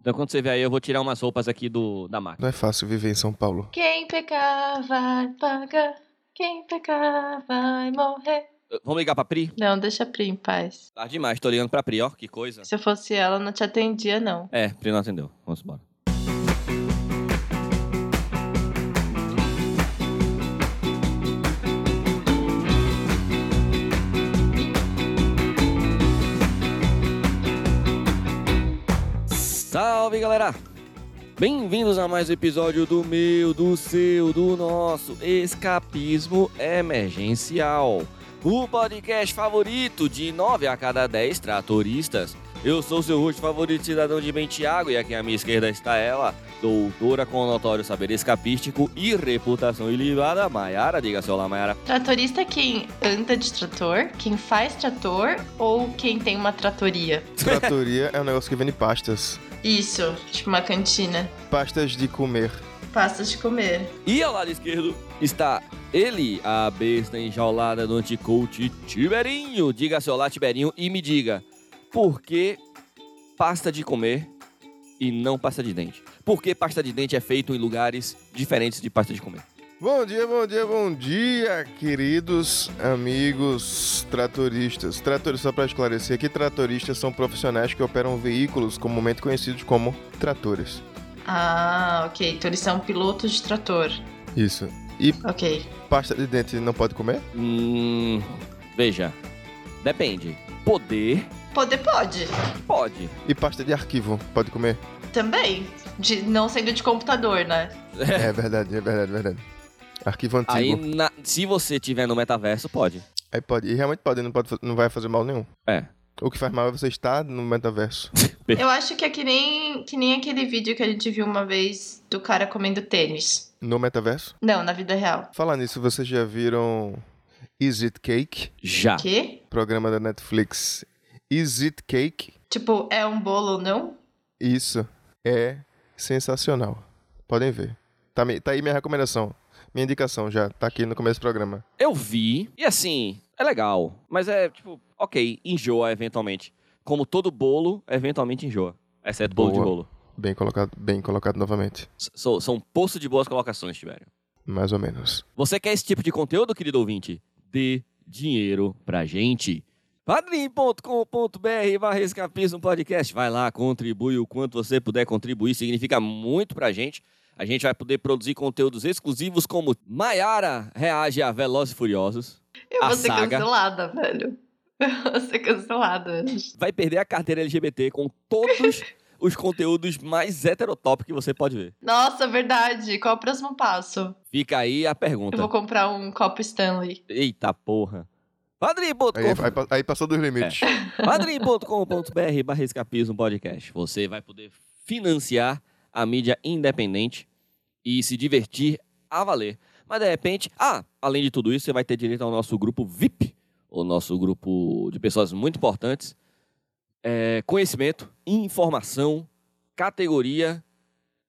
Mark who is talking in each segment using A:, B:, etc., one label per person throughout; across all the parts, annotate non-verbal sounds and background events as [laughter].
A: Então, quando você vier aí, eu vou tirar umas roupas aqui do, da máquina.
B: Não é fácil viver em São
C: [laughs]
B: Paulo.
C: Quem pecar vai pagar. Quem pecar vai morrer.
A: Eh, Vamos ligar pra Pri?
C: Não, deixa a Pri em paz.
A: Tarde demais, tô ligando pra Pri, ó, que coisa.
C: Se eu fosse ela, não te atendia, não.
A: É, Pri não atendeu. Vamos embora. Salve, galera! Bem-vindos a mais um episódio do meu, do seu, do nosso Escapismo Emergencial. O podcast favorito de 9 a cada 10 tratoristas. Eu sou seu host favorito, cidadão de bem Tiago, e aqui à minha esquerda está ela, doutora com notório saber escapístico e reputação ilibada, Maiara. Diga seu olá, Maiara.
C: Tratorista é quem anda de trator, quem faz trator ou quem tem uma tratoria.
B: Tratoria é um negócio que vende pastas.
C: Isso, tipo uma cantina.
B: Pastas de comer.
C: Pastas de comer.
A: E ao lado esquerdo está ele, a besta enjaulada do anticoach Tiberinho. Diga seu olá, Tiberinho, e me diga, por que pasta de comer e não pasta de dente? Por que pasta de dente é feito em lugares diferentes de pasta de comer?
B: Bom dia, bom dia, bom dia, queridos amigos tratoristas. Tratores, só para esclarecer aqui, tratoristas são profissionais que operam veículos comumente conhecidos como tratores.
C: Ah, ok. Então eles são pilotos de trator.
B: Isso.
C: Ok.
B: Pasta de dente não pode comer?
A: Hum, veja, depende. Poder
C: Poder pode.
A: pode.
B: E pasta de arquivo pode comer?
C: Também. De, não sendo de computador, né?
B: É verdade, é verdade, é verdade. Arquivo antigo.
A: Aí,
B: Aí,
A: na- se você tiver no metaverso, pode.
B: pode. E realmente pode, não, pode, fa- não vai fazer mal nenhum.
A: É.
B: O que faz mal é você estar no metaverso.
C: Eu acho que é que nem, que nem aquele vídeo que a gente viu uma vez do cara comendo tênis.
B: No metaverso?
C: Não, na vida real.
B: Falar nisso, vocês já viram Is It Cake?
A: [laughs] Já.
C: Quê?
B: Programa da Netflix. Is It Cake?
C: Tipo, é um bolo ou não?
B: Isso é sensacional. Podem ver. Tá, me- tá aí minha recomendação. Minha indicação já. Tá aqui no começo do programa.
A: Eu vi, e assim, é legal. Mas é, tipo, ok, enjoa eventualmente. Como todo bolo, eventualmente enjoa. Exceto bolo
B: Boa.
A: de bolo.
B: Bem colocado, bem colocado novamente.
A: S- São, são um poço de boas colocações, Tibério.
B: Mais ou menos.
A: Você quer esse tipo de conteúdo, querido ouvinte? Dê dinheiro pra gente. padrim.com.br barra escapismo podcast. Vai lá, contribui o quanto você puder contribuir. Significa muito pra gente. A gente vai poder produzir conteúdos exclusivos como Maiara reage a Velozes e Furiosos.
C: Eu
A: A
C: vou ser
A: saga.
C: cancelada, velho. [laughs] Eu vou ser cancelada.
A: Vai perder a carteira LGBT com todos os conteúdos mais heterotópicos que você pode ver.
C: Nossa, verdade. Qual é o próximo passo?
A: Fica aí a
C: Eu
A: pergunta.
C: vou comprar um copo Stanley.
A: Eita porra.
B: Aí,
A: Padrim.com.br
B: aí pa- aí passou dos limites.
A: padrim.com.br barra escapismo podcast. Você vai poder financiar a mídia independente e se divertir a valer. Mas de repente, ah, além de tudo isso, você vai ter direito ao nosso grupo VIP, o nosso grupo de pessoas muito importantes. É, conhecimento, informação, categoria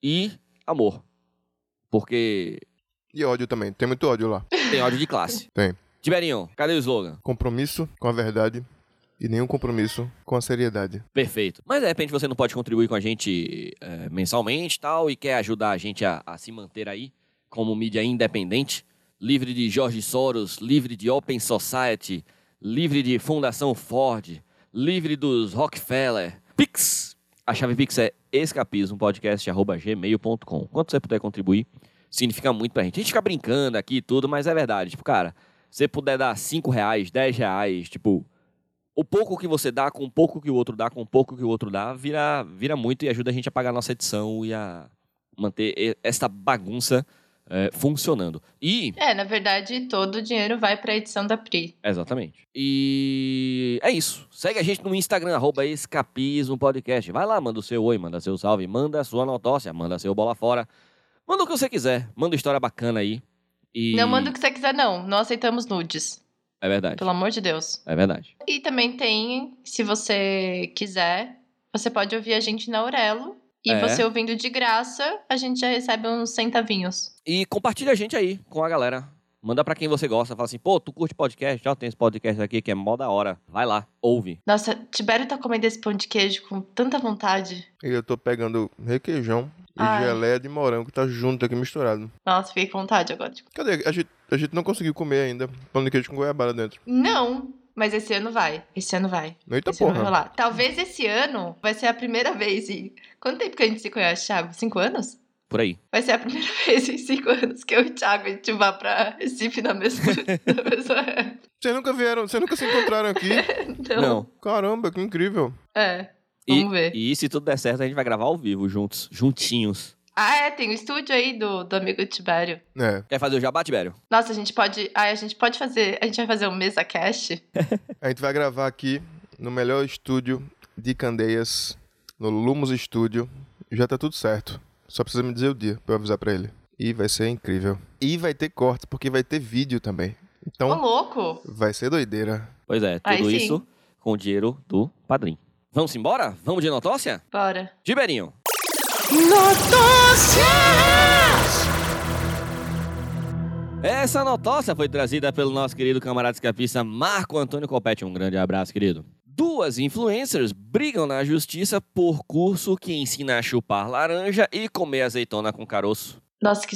A: e amor. Porque
B: E ódio também. Tem muito ódio lá.
A: tem ódio de classe.
B: Tem.
A: Tiberinho, cadê o slogan?
B: Compromisso com a verdade e nenhum compromisso com a seriedade.
A: Perfeito. Mas de repente você não pode contribuir com a gente eh, mensalmente e tal e quer ajudar a gente a, a se manter aí como mídia independente, livre de Jorge Soros, livre de Open Society, livre de Fundação Ford, livre dos Rockefeller. Pix! A chave Pix é escapismopodcast.gmail.com. Quanto você puder contribuir, significa muito pra gente. A gente fica brincando aqui e tudo, mas é verdade. Tipo, cara, se você puder dar 5 reais, 10 reais, tipo, o pouco que você dá, com o pouco que o outro dá, com o pouco que o outro dá, vira, vira muito e ajuda a gente a pagar a nossa edição e a manter e- esta bagunça eh, funcionando. E.
C: É, na verdade, todo o dinheiro vai pra edição da Pri.
A: Exatamente. E é isso. Segue a gente no Instagram, arroba Escapismo Podcast. Vai lá, manda o seu oi, manda seu salve, manda a sua notócia, manda seu bola fora. Manda o que você quiser. Manda história bacana aí. E...
C: Não manda o que você quiser, não. Não aceitamos nudes.
A: É verdade.
C: Pelo amor de Deus.
A: É verdade.
C: E também tem, se você quiser, você pode ouvir a gente na Aurelo. E
A: É.
C: você ouvindo de graça, a gente já recebe uns centavinhos.
A: E compartilha a gente aí com a galera. Manda pra quem você gosta. Fala assim, pô, tu curte podcast? Ó, tem esse podcast aqui que é mó da hora. Vai lá, ouve.
C: Nossa, Tibério tá comendo esse pão de queijo com tanta vontade.
B: E eu tô pegando requeijão e
C: Ai.
B: geleia de morango que tá junto aqui misturado.
C: Nossa, fiquei com vontade agora. tipo. de-
B: Cadê? A gente, a gente não conseguiu comer ainda. Pão de queijo com goiabada dentro.
C: Não, mas esse ano vai. Esse ano vai.
A: Então,
B: Eita
C: esse ano vai
B: porra.
C: rolar. Talvez esse ano vai ser a primeira vez em... Quanto tempo que a gente se conhece, Thiago? Cinco anos?
A: Por aí.
C: Vai ser a primeira [laughs] vez em cinco anos que eu e o Thiago a gente vá pra Recife na mesma... [laughs] na mesma...
B: Vocês nunca vieram, vocês nunca se encontraram aqui.
C: Então,
A: Não.
B: Caramba, que incrível.
C: É,
A: E-
C: vamos ver.
A: E se tudo der certo, a gente vai gravar ao vivo, juntos, juntinhos.
C: Ah, é, tem o estúdio aí do, do amigo Tibério.
B: É,
A: Quer fazer o jabá, Tibério?
C: Nossa, a gente pode... Ah, a gente pode fazer... A gente vai fazer um mesa cast?
B: a gente vai gravar aqui no melhor estúdio de Candeias, no Lumos Studio. Já tá tudo certo. Só precisa me dizer o dia pra eu avisar pra ele. E vai ser incrível. E vai ter corte, porque vai ter vídeo também.
C: Ô,
B: Então,
C: louco!
B: vai ser doideira.
A: Pois é,
C: Aí
A: tudo
C: sim.
A: isso com o dinheiro do padrinho. Vamos embora? Vamos de notócia?
C: Bora.
A: Tiberinho. Notócia! Essa notócia foi trazida pelo nosso querido camarada escapista Marco Antônio Copete. Um grande abraço, querido. Duas influencers brigam na justiça por curso que ensina a chupar laranja e comer azeitona com caroço.
C: Nossa, que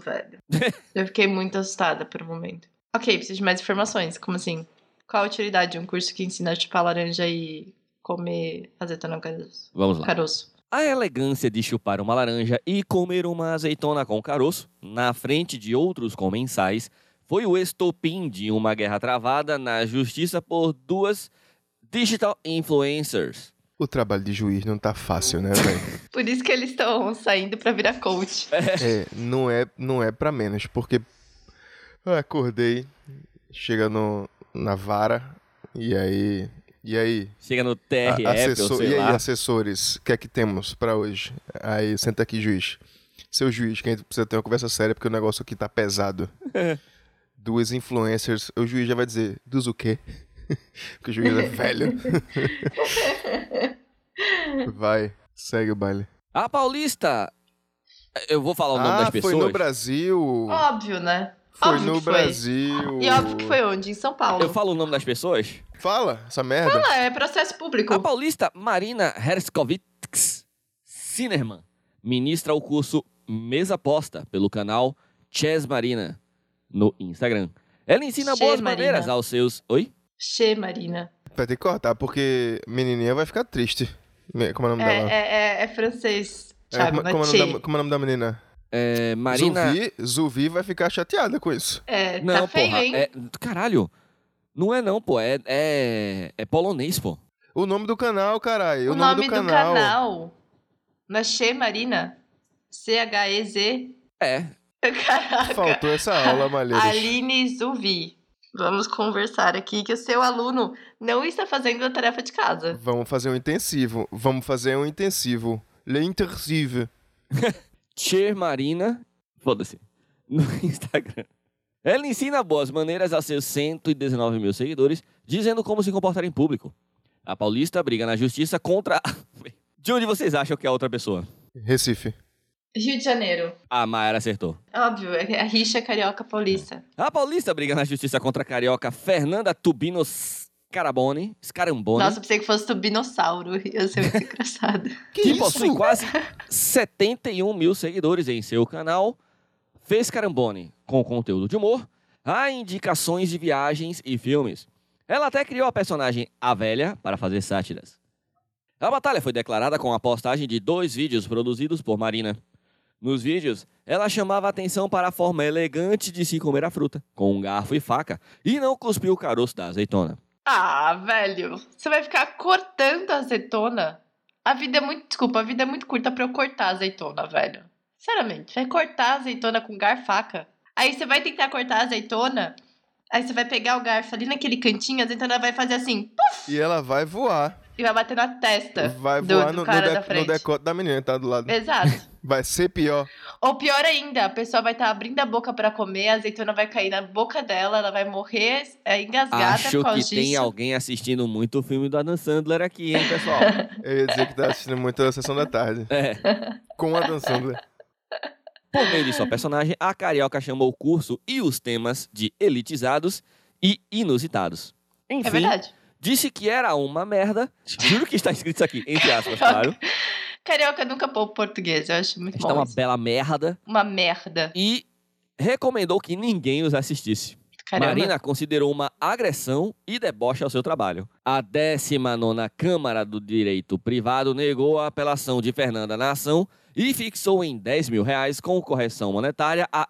A: [laughs]
C: velho. Eu fiquei muito assustada por um momento. Ok, preciso de mais informações. Como assim? Qual a utilidade de um curso que ensina a chupar laranja e comer azeitona com caroço?
A: Vamos lá.
C: caroço?
A: A elegância de chupar uma laranja e comer uma azeitona com caroço, na frente de outros comensais, foi o estopim de uma guerra travada na justiça por duas digital influencers.
B: O trabalho de juiz não tá fácil, né, velho?
C: Por isso que eles estão saindo pra virar coach.
B: É, não é, não é pra menos, porque eu acordei, chega no, na vara, e aí. E aí?
A: Chega no
B: a-
A: TRF, ou
B: e
A: sei
B: aí,
A: lá.
B: assessores, o que é que temos pra hoje? Aí, senta aqui, juiz. Seu juiz, que a gente precisa ter uma conversa séria, porque o negócio aqui
A: [laughs]
B: tá pesado. Duas influencers, o juiz já vai dizer, dos o quê? [laughs] porque o juiz é velho. vai, segue o baile.
A: A paulista... Eu vou falar o nome
B: ah,
A: das pessoas.
B: foi no Brasil.
C: Óbvio, né?
B: foi
C: óbvio
B: no
C: que foi.
B: Brasil.
C: E óbvio que foi onde? Em São Paulo.
A: Eu falo o nome das pessoas?
B: Fala essa merda.
C: Ah, é processo público.
A: A paulista Marina Herskovitz Sinerman ministra o curso Mesa Posta pelo canal Chess Marina no Instagram. Ela ensina
C: Chess
A: boas
C: Marina.
A: maneiras aos seus. Oi?
C: Che, Marina.
B: Vai ter que cortar, porque menininha vai ficar triste. Me- Como é o
C: É,
B: nome dela?
C: é, é, é francês,
B: É, como,
C: Thiago.
B: como é o
C: mas
B: nome
C: che.
B: da, como é o nome da menina?
A: É, Marina.
B: Zuvi, Zuvi vai ficar chateada com isso.
C: É,
A: Não,
C: tá feio,
A: porra.
C: hein?
A: é- Caralho. Não é não, pô. É, é, é polonês, pô.
B: O nome do canal, caralho.
C: O
B: O, nome, do, canal.
C: canal. Na Che Marina. C-H-E-Z.
A: É.
B: [laughs]
C: Caraca.
B: Faltou essa aula, Malheiros.
C: Aline Zuvi. Vamos conversar aqui que o seu aluno não está fazendo a tarefa de casa.
B: Vamos fazer um intensivo. Vamos fazer um intensivo. Le intensive.
A: Cher Marina. Foda-se. [laughs] No Instagram. Ela ensina boas maneiras a seus 119 mil seguidores, dizendo como se comportar em público. A paulista briga na justiça contra. a- [laughs] De onde vocês acham que é a outra pessoa?
B: Recife.
C: Rio de Janeiro.
A: A Mayara acertou.
C: Óbvio, é a rixa carioca paulista.
A: A paulista briga na justiça contra a carioca Fernanda Tubino Scarabone. Scarambone.
C: Nossa, eu pensei que fosse o binossauro. [laughs] Ia ser muito engraçado.
A: que possui Tipo, quase 71 mil seguidores em seu canal, fez carambone com conteúdo de humor, há indicações de viagens e filmes. Ela até criou a personagem A Velha para fazer sátiras. A batalha foi declarada com a postagem de dois vídeos produzidos por Marina. Nos vídeos, ela chamava atenção para a forma elegante de se comer a fruta, com um garfo e faca, e não cuspiu o caroço da azeitona.
C: Ah, velho. Você vai ficar cortando a azeitona? A vida é muito. Desculpa, a vida é muito curta pra eu cortar a azeitona, velho. Sinceramente, vai cortar a azeitona com garfo e faca. Aí você vai tentar cortar a azeitona. Aí você vai pegar o garfo ali naquele cantinho, a azeitona vai fazer assim pum,
B: E ela vai voar.
C: e vai bater na testa
B: Vai
C: do,
B: voar
C: do
B: no, no,
C: cara
B: de-
C: da
B: no
C: frente. É.
B: decote da menina que tá do lado.
C: Exato.
B: Vai ser pior.
C: Ou pior ainda, a pessoa vai estar abrindo a boca pra comer, a azeitona vai cair na boca dela, ela vai morrer é, engasgada
A: Acho
C: por
A: que
C: causa
A: tem
C: disso.
A: alguém assistindo muito o filme do Adam Sandler aqui, hein, pessoal?
B: Eu ia dizer que tá assistindo muito a sessão da tarde.
A: é.
B: Com a dançando.
A: Por meio de sua personagem, a carioca chamou o curso e os temas de elitizados e inusitados.
C: É
A: Enfim,
C: verdade.
A: disse que era uma merda. Juro que está escrito isso aqui, entre aspas, claro.
C: Carioca nunca poupa português, eu acho muito
A: Está
C: bom.
A: tá uma
C: isso.
A: bela merda.
C: Uma merda.
A: E recomendou que ninguém os assistisse.
C: Caramba.
A: Marina considerou uma agressão e deboche ao seu trabalho. A 19ª Câmara do Direito Privado negou a apelação de Fernanda na ação e fixou em 10 mil reais com correção monetária a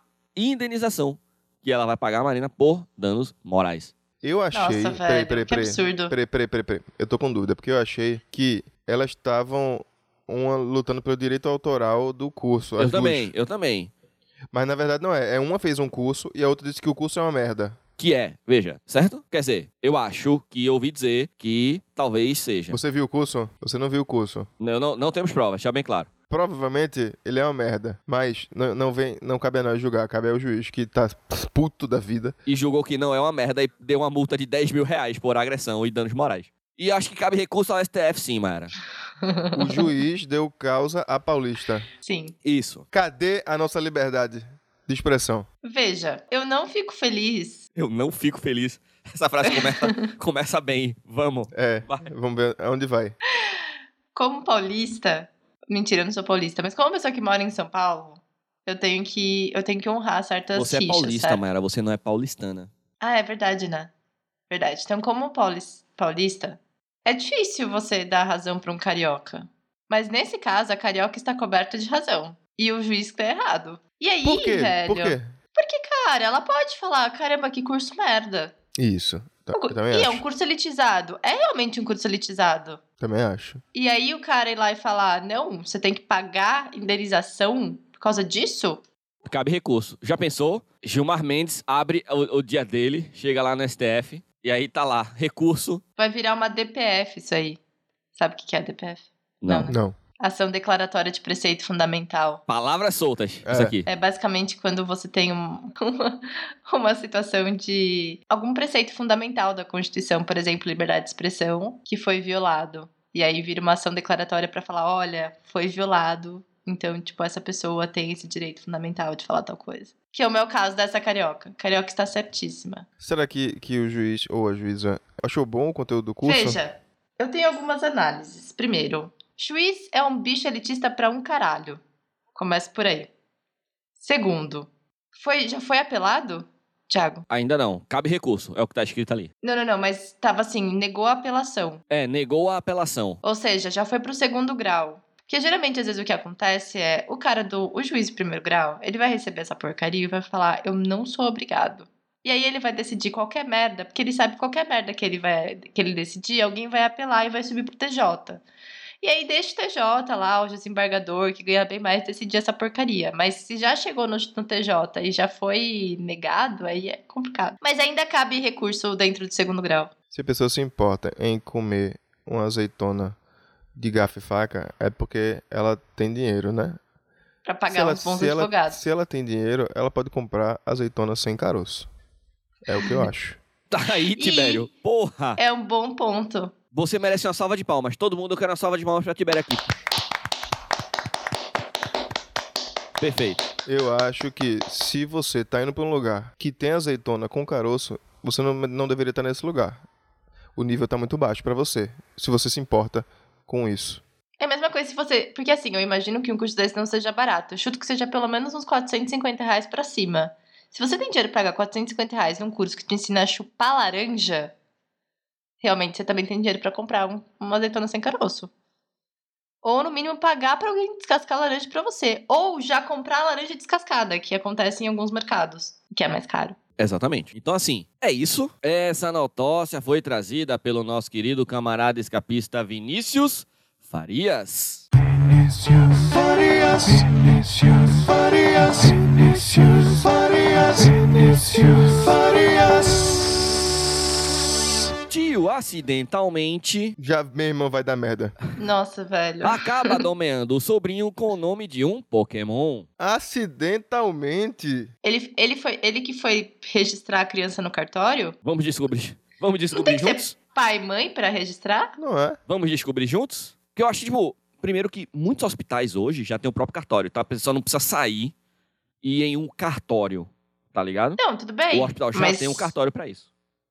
A: indenização que ela vai pagar a Marina por danos morais.
B: Eu achei.
C: Nossa,
B: peraí,
C: velho.
B: peraí,
C: que
B: peraí.
C: absurdo.
B: Peraí, peraí, peraí, peraí. Eu tô com dúvida, porque eu achei que elas estavam uma lutando pelo direito autoral do curso. as
A: eu
B: duas.
A: também, eu também.
B: Mas na verdade não é. É uma fez um curso e a outra disse que o curso é uma merda.
A: Que é, veja, certo? Quer dizer, eu acho que eu ouvi dizer que talvez seja.
B: Você viu o curso? Você não viu o curso.
A: Não, não, não temos provas, deixa bem claro.
B: Provavelmente ele é uma merda, mas não, não vem, não cabe a nós julgar, cabe ao juiz que tá puto da vida.
A: e julgou que não é uma merda e deu uma multa de 10 mil reais por agressão e danos morais. E acho que cabe recurso ao STF sim, Mayara.
B: O juiz deu causa a Paulista.
C: Sim.
A: Isso.
B: Cadê a nossa liberdade de expressão?
C: Veja, eu não fico feliz.
A: Eu não fico feliz. [laughs] Essa frase começa, começa bem. Vamos.
B: É,
A: Vai.
B: vamos ver aonde vai.
C: Como paulista. Mentira, eu não sou paulista, mas como pessoa que mora em São Paulo, eu tenho que, eu tenho que honrar certas
A: Você é
C: rixas,
A: paulista,
C: sabe?
A: Mayara. Você não é paulistana.
C: Ah, é verdade, né? Verdade. Então, como paulis- paulista, é difícil você dar razão pra um carioca. Mas nesse caso, a carioca está coberta de razão. E o juiz que tá errado. E aí,
B: Por quê?
C: velho?
B: Por quê?
C: Porque, cara, ela pode falar, caramba, que curso merda.
B: Isso. Tá,
C: Um cu-
B: eu também
C: e é
B: acho.
C: um curso elitizado. É realmente um curso elitizado.
B: Também acho.
C: E aí o cara ir lá e falar, não, você tem que pagar indenização por causa disso?
A: Cabe recurso. Já pensou? Gilmar Mendes abre o, o dia dele, chega lá no STF, e aí tá lá, recurso.
C: Vai virar uma DPF isso aí. Sabe o que que é DPF? Não.
B: Não.
C: Ação Declaratória de Preceito Fundamental.
A: Palavras soltas.
B: É.
A: Isso aqui.
C: É basicamente quando você tem um- [laughs] uma, uma situação de algum preceito fundamental da Constituição, por exemplo, liberdade de expressão, que foi violado. E aí vira uma ação declaratória pra falar: olha, foi violado, então, tipo, essa pessoa tem esse direito fundamental de falar tal coisa. Que é o meu caso dessa carioca. Carioca está certíssima.
B: Será que, que o juiz ou a juíza achou bom o conteúdo do curso?
C: Veja, eu tenho algumas análises. Primeiro, juiz é um bicho elitista pra um caralho. Começa por aí. Segundo, foi, já foi apelado? Tiago?
A: Ainda não. Cabe recurso. É o que tá escrito ali.
C: Não, não, não, mas tava assim, negou a apelação.
A: É, negou a apelação. [laughs]
C: Ou seja, já foi pro segundo grau. Porque geralmente, às vezes, o que acontece é o cara do. O juiz de primeiro grau, ele vai receber essa porcaria e vai falar, eu não sou obrigado. E aí ele vai decidir qualquer merda, porque ele sabe que qualquer merda que ele vai que ele decidir, alguém vai apelar e vai subir pro TJ. E aí deixa o TJ lá, o desembargador, que ganha bem mais, decidir essa porcaria. Mas se já chegou no, no TJ e já foi negado, aí é complicado. Mas ainda cabe recurso dentro do segundo grau.
B: Se a pessoa se importa em comer uma azeitona de garfo e faca, é porque ela tem dinheiro, né?
C: Pra
B: Se
C: pagar
B: ela,
C: uns bons
B: se, ela,
C: advogados.
B: se ela tem dinheiro, ela pode comprar azeitona sem caroço. É o que eu
C: [laughs]
B: acho.
A: Tá aí, Tibério. Porra!
C: É um bom ponto.
A: Você merece uma salva de palmas. Todo mundo, eu quero uma salva de palmas pra Tibério aqui. Perfeito.
B: Eu acho que se você tá indo pra um lugar que tem azeitona com caroço, você não, não deveria estar nesse lugar. O nível tá muito baixo pra você, se você se importa com isso.
C: É a mesma coisa se você. Porque assim, eu imagino que um curso desse não seja barato. Eu chuto que seja pelo menos uns 450 reais pra cima. Se você tem dinheiro pra pagar 450 reais num curso que te ensina a chupar laranja, realmente você também tem dinheiro pra comprar um, uma azeitona sem caroço. Ou no mínimo pagar pra alguém descascar a laranja pra você. Ou já comprar a laranja descascada, que acontece em alguns mercados, que é mais caro.
A: Exatamente. Então, assim, é isso. Essa notócia foi trazida pelo nosso querido camarada escapista Vinícius Farias. Tio acidentalmente
B: Já, meu irmão, vai dar merda.
C: Nossa, velho.
A: acaba nomeando o sobrinho com o nome de um Pokémon.
B: Acidentalmente.
C: Ele, ele, foi, ele que foi registrar a criança no cartório?
A: Vamos descobrir. Vamos descobrir
C: que ser-
A: juntos?
C: Pai e mãe pra registrar?
B: Não é?
A: Vamos descobrir juntos? Que eu acho, tipo, primeiro que muitos hospitais hoje já tem o próprio cartório, tá? A pessoa não precisa sair e em um cartório, tá ligado?
C: Não, tudo bem.
A: o hospital já
C: É mas-
A: tem um cartório pra isso.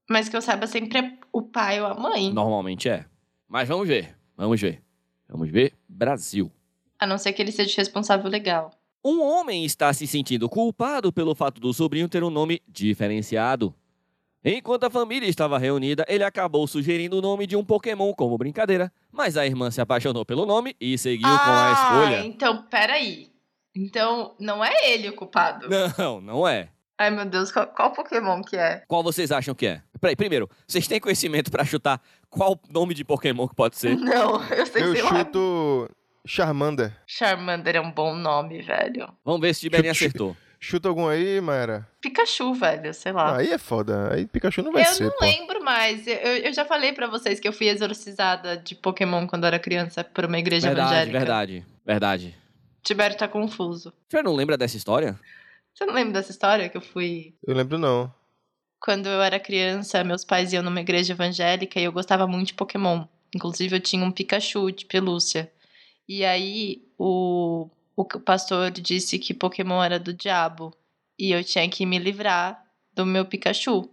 C: Mas que eu saiba, sempre é o pai ou a mãe.
A: Normalmente é. Mas vamos ver, vamos ver. Vamos ver Brasil.
C: A não ser que ele seja responsável legal.
A: Um homem está se sentindo culpado pelo fato do sobrinho ter um nome diferenciado. Enquanto a família estava reunida, ele acabou sugerindo o nome de um Pokémon como brincadeira, mas a irmã se apaixonou pelo nome e seguiu com a escolha.
C: então, peraí. Então, não é ele o culpado.
A: Não, não é.
C: Ai, meu Deus, qual, qual Pokémon que é?
A: Qual vocês acham que é? Peraí, primeiro, vocês têm conhecimento pra chutar qual nome de Pokémon que pode ser?
C: Não, eu sei,
B: Eu
C: sei lá.
B: chuto Charmander.
C: Charmander é um bom nome, velho.
A: Vamos ver se o Tiberinha acertou.
B: Chuta algum aí, Mayra?
C: Pikachu, velho, sei lá.
B: Ah, aí é foda. Aí Pikachu não vai
C: eu
B: ser,
C: não
B: pô.
C: lembro mais. Eu, eu- eu já falei pra vocês que eu fui exorcizada de Pokémon quando era criança por uma igreja
A: Verdade,
C: evangélica.
A: verdade, verdade.
C: Tibério tá confuso.
A: Você não lembra dessa história?
C: Você não lembra dessa história que eu fui
B: Eu lembro não.
C: quando eu era criança, meus pais iam numa igreja evangélica e eu gostava muito de Pokémon. Inclusive, eu tinha um Pikachu de pelúcia. E aí, o, o c- pastor disse que Pokémon era do diabo. E eu tinha que me livrar do meu Pikachu.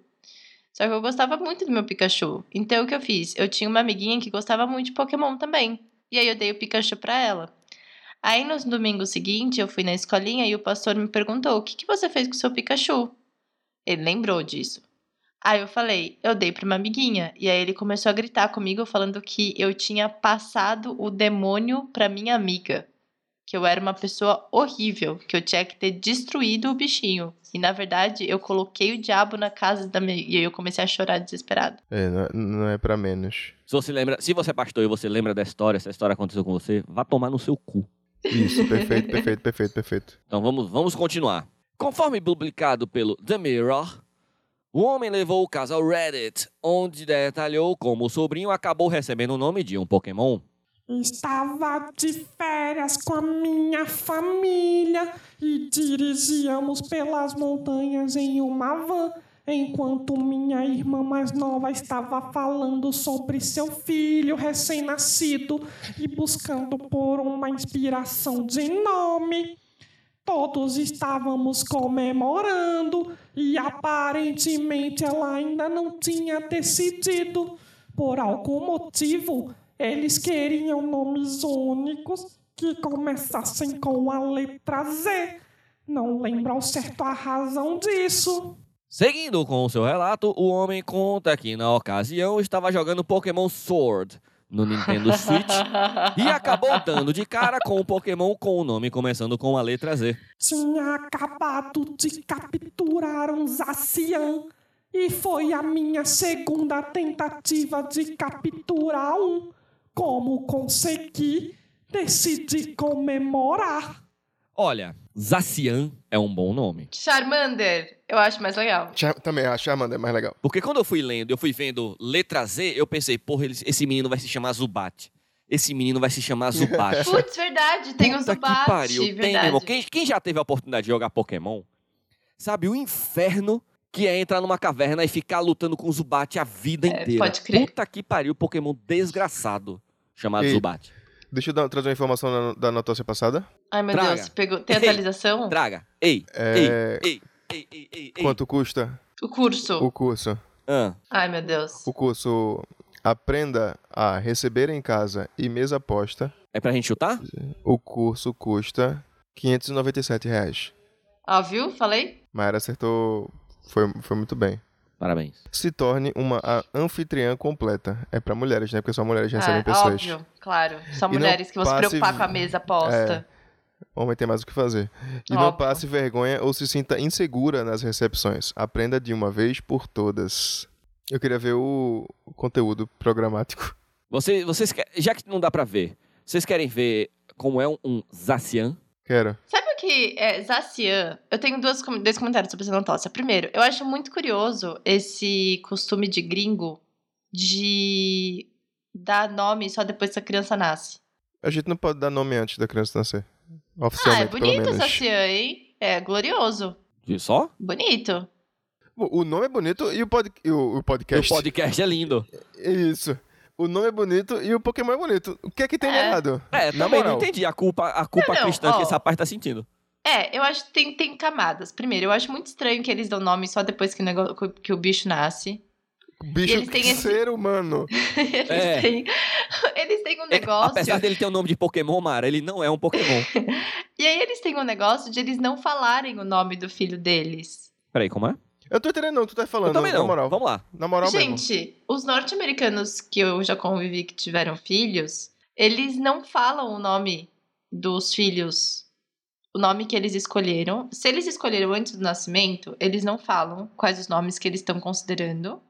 C: Só que eu gostava muito do meu Pikachu. Então, o que eu fiz? Eu tinha uma amiguinha que gostava muito de Pokémon também. E aí, eu dei o Pikachu pra ela. Aí, nos domingos seguintes, eu fui na escolinha e o pastor me perguntou: O que, que você fez com o seu Pikachu? Ele lembrou disso. Aí eu falei, eu dei pra uma amiguinha. E aí ele começou a gritar comigo, falando que eu tinha passado o demônio pra minha amiga. Que eu era uma pessoa horrível, que eu tinha que ter destruído o bichinho. E na verdade, eu coloquei o diabo na casa da minha. E aí eu comecei a chorar desesperada.
B: É, não, é- não é pra menos.
A: Se você lembra, se você é pastor e você lembra da história, essa história aconteceu com você, vá tomar no seu cu.
B: Isso,
C: [laughs]
B: perfeito, perfeito, perfeito, perfeito.
A: Então vamos, vamos continuar. Conforme publicado pelo The Mirror, o homem levou o caso ao Reddit, onde detalhou como o sobrinho acabou recebendo o nome de um Pokémon.
D: Estava de férias com a minha família e dirigíamos pelas montanhas em uma van, enquanto minha irmã mais nova estava falando sobre seu filho recém-nascido e buscando por uma inspiração de nome. Todos estávamos comemorando e aparentemente ela ainda não tinha decidido. Por algum motivo, eles queriam nomes únicos que começassem com a letra Z. Não lembro ao certo a razão disso.
A: Seguindo com o seu relato, o homem conta que na ocasião estava jogando Pokémon Sword no Nintendo Switch e acabou dando de cara com um Pokémon com o nome começando com a letra Z.
D: Tinha acabado de capturar um Zacian e foi a minha segunda tentativa de capturar um. Como consegui, decidi comemorar.
A: Olha, Zacian é um bom nome.
C: [laughs] Charmander, eu acho
A: [laughs]
C: mais legal.
B: Char- também, a Charmander é mais legal.
A: Porque quando eu fui lendo, eu fui vendo letra Z, eu pensei, porra, ele- esse menino vai se chamar Zubat. Esse menino vai se chamar Zubat.
B: [laughs]
C: Putz, verdade, tem o
A: Puta
C: Zubat.
A: que pariu, tem, meu
C: verdade.
A: irmão. Quem, quem já teve a oportunidade de jogar Pokémon, sabe o inferno que é entrar numa caverna e ficar lutando com o Zubat a vida
C: É,
A: inteira.
C: pode crer.
A: Puta que pariu, Pokémon desgraçado chamado
B: Ei.
A: Zubat.
B: Deixa eu dar- trazer uma informação da, da notícia passada.
C: Ai, meu
A: Traga.
C: Deus, pegou.
A: [laughs]
C: Tem atualização?
A: Traga. Ei,
B: É,
A: ei, ei, ei, ei, ei.
B: Quanto custa
C: O curso.
B: o curso?
A: Ah,
C: Ai, meu Deus.
B: O curso Aprenda a Receber em Casa e Mesa Aposta.
A: é pra gente chutar?
B: O curso custa R$ 597 reais.
C: Ó, viu? Falei?
B: Mayra acertou. Foi, foi muito bem.
A: Parabéns.
B: Se torne uma a- anfitriã completa. É pra mulheres, né? Porque só mulheres recebem
C: Ah,
B: pessoas.
C: Óbvio, claro. Só
B: E não
C: mulheres que vão se
B: passe- É.
C: preocupar com a mesa aposta.
B: Homem tem mais o que fazer. E não
C: Óbvio.
B: passe vergonha ou se sinta insegura nas recepções. Aprenda de uma vez por todas. Eu queria ver o o conteúdo programático. [laughs]
A: Vocês, vocês, que- já que não dá pra ver, vocês querem ver como é um, um Zacian?
B: Quero.
C: Sabe o que é Zacian? Eu tenho duas, com- dois comentários sobre essa notócia. Primeiro, eu acho muito curioso esse costume de gringo de dar nome só depois que a criança nasce.
B: A gente não pode dar nome antes da criança nascer.
C: Ah, é
B: Oficialmente, pelo
C: bonito
B: menos.
C: Zacian, hein? É glorioso.
A: Viu só?
C: Bonito.
B: O o nome é bonito e o, pod... e o, o
A: O
B: podcast.
A: podcast é lindo.
B: Isso. O nome é bonito e o Pokémon é bonito. O que é que tem de
C: É.
B: errado?
A: É,
B: Na
A: também
B: moral.
A: não entendi a culpa, a culpa
C: Não, não,
A: cristã
C: ó.
A: que essa parte tá sentindo.
C: É, eu acho que tem, tem camadas. Primeiro, eu acho muito estranho que eles dão nome só depois que o, negócio, que o bicho nasce. [laughs] E
B: Bicho
C: eles têm
B: que
C: esse-
B: ser humano.
C: Eles,
A: É.
C: têm, [laughs] eles têm um
A: É,
C: negócio.
A: apesar dele ter o nome de Pokémon, Mara, ele não é um Pokémon.
C: E aí eles têm um negócio de eles não falarem o nome do filho deles.
A: Peraí, como é?
B: Eu tô entendendo, não, tu tá falando.
A: Eu também
B: na
A: não.
B: moral.
A: Vamos lá.
B: Na moral mesmo.
C: Gente, os norte-americanos que eu já convivi que tiveram filhos, eles não falam o nome dos filhos. O nome que eles escolheram. Se eles escolheram antes do nascimento, eles não falam quais os nomes que eles estão considerando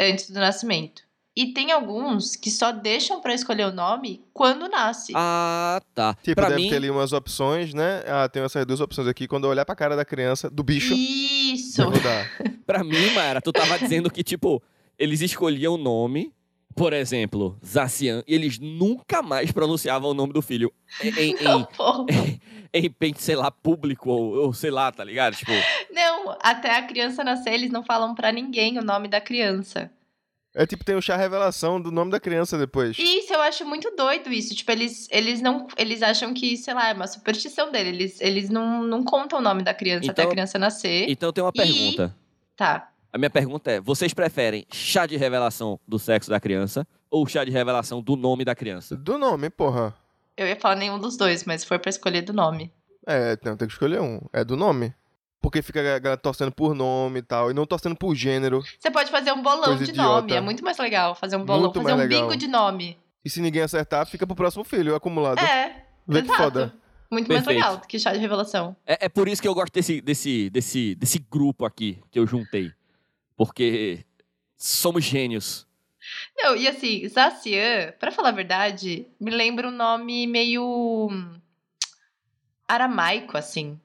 C: antes do nascimento. E tem alguns que só deixam pra escolher o nome quando nasce.
A: Ah, tá.
B: Tipo,
A: pra
B: deve
A: mim,
B: ter ali umas opções, né? Ah, tem essas duas opções aqui. Quando eu olhar pra cara da criança, do bicho,
C: Isso!
B: eu vou dar.
A: pra mim, Mara, tu tava dizendo que, tipo, eles escolhiam o nome, por exemplo, Zacian, e eles nunca mais pronunciavam o nome do filho. Em, em,
C: [laughs] Não,
A: em,
C: pô.
A: em, em, sei lá, público, ou, ou sei lá, tá ligado? Tipo,
C: Não, até a criança nascer, eles não falam pra ninguém o nome da criança.
B: É tipo, tem o chá revelação do nome da criança depois.
C: E isso eu acho muito doido isso. Tipo, eles, eles não. Eles acham que, sei lá, é uma superstição dele. Eles, eles não, não contam o nome da criança até a
A: Então-
C: criança nascer.
A: então eu tenho uma
C: E-
A: pergunta.
C: Tá.
A: A minha pergunta é: vocês preferem chá de revelação do sexo da criança ou chá de revelação do nome da criança?
B: Do nome, porra.
C: Eu ia falar nenhum dos dois, mas se for pra escolher do nome.
B: É, não, tem que escolher um. É do nome. Porque fica a galera torcendo por nome e tal, e não torcendo por gênero.
C: Você pode fazer um bolão
B: Coisa
C: de
B: idiota.
C: nome. É muito mais legal fazer um bolão,
B: Muito
C: fazer um
B: mais legal.
C: bingo de nome.
B: E se ninguém acertar, fica pro próximo filho, acumulado.
C: É.
B: Vê que
C: exato.
B: foda.
C: Muito mais
A: Perfeito.
C: legal do que chá de revelação.
A: É, é por isso que eu gosto desse, desse, desse, desse grupo aqui que eu juntei. Porque somos gênios.
C: Não, e assim, Zacian, pra falar a verdade, me lembra um nome meio. hum, aramaico, assim.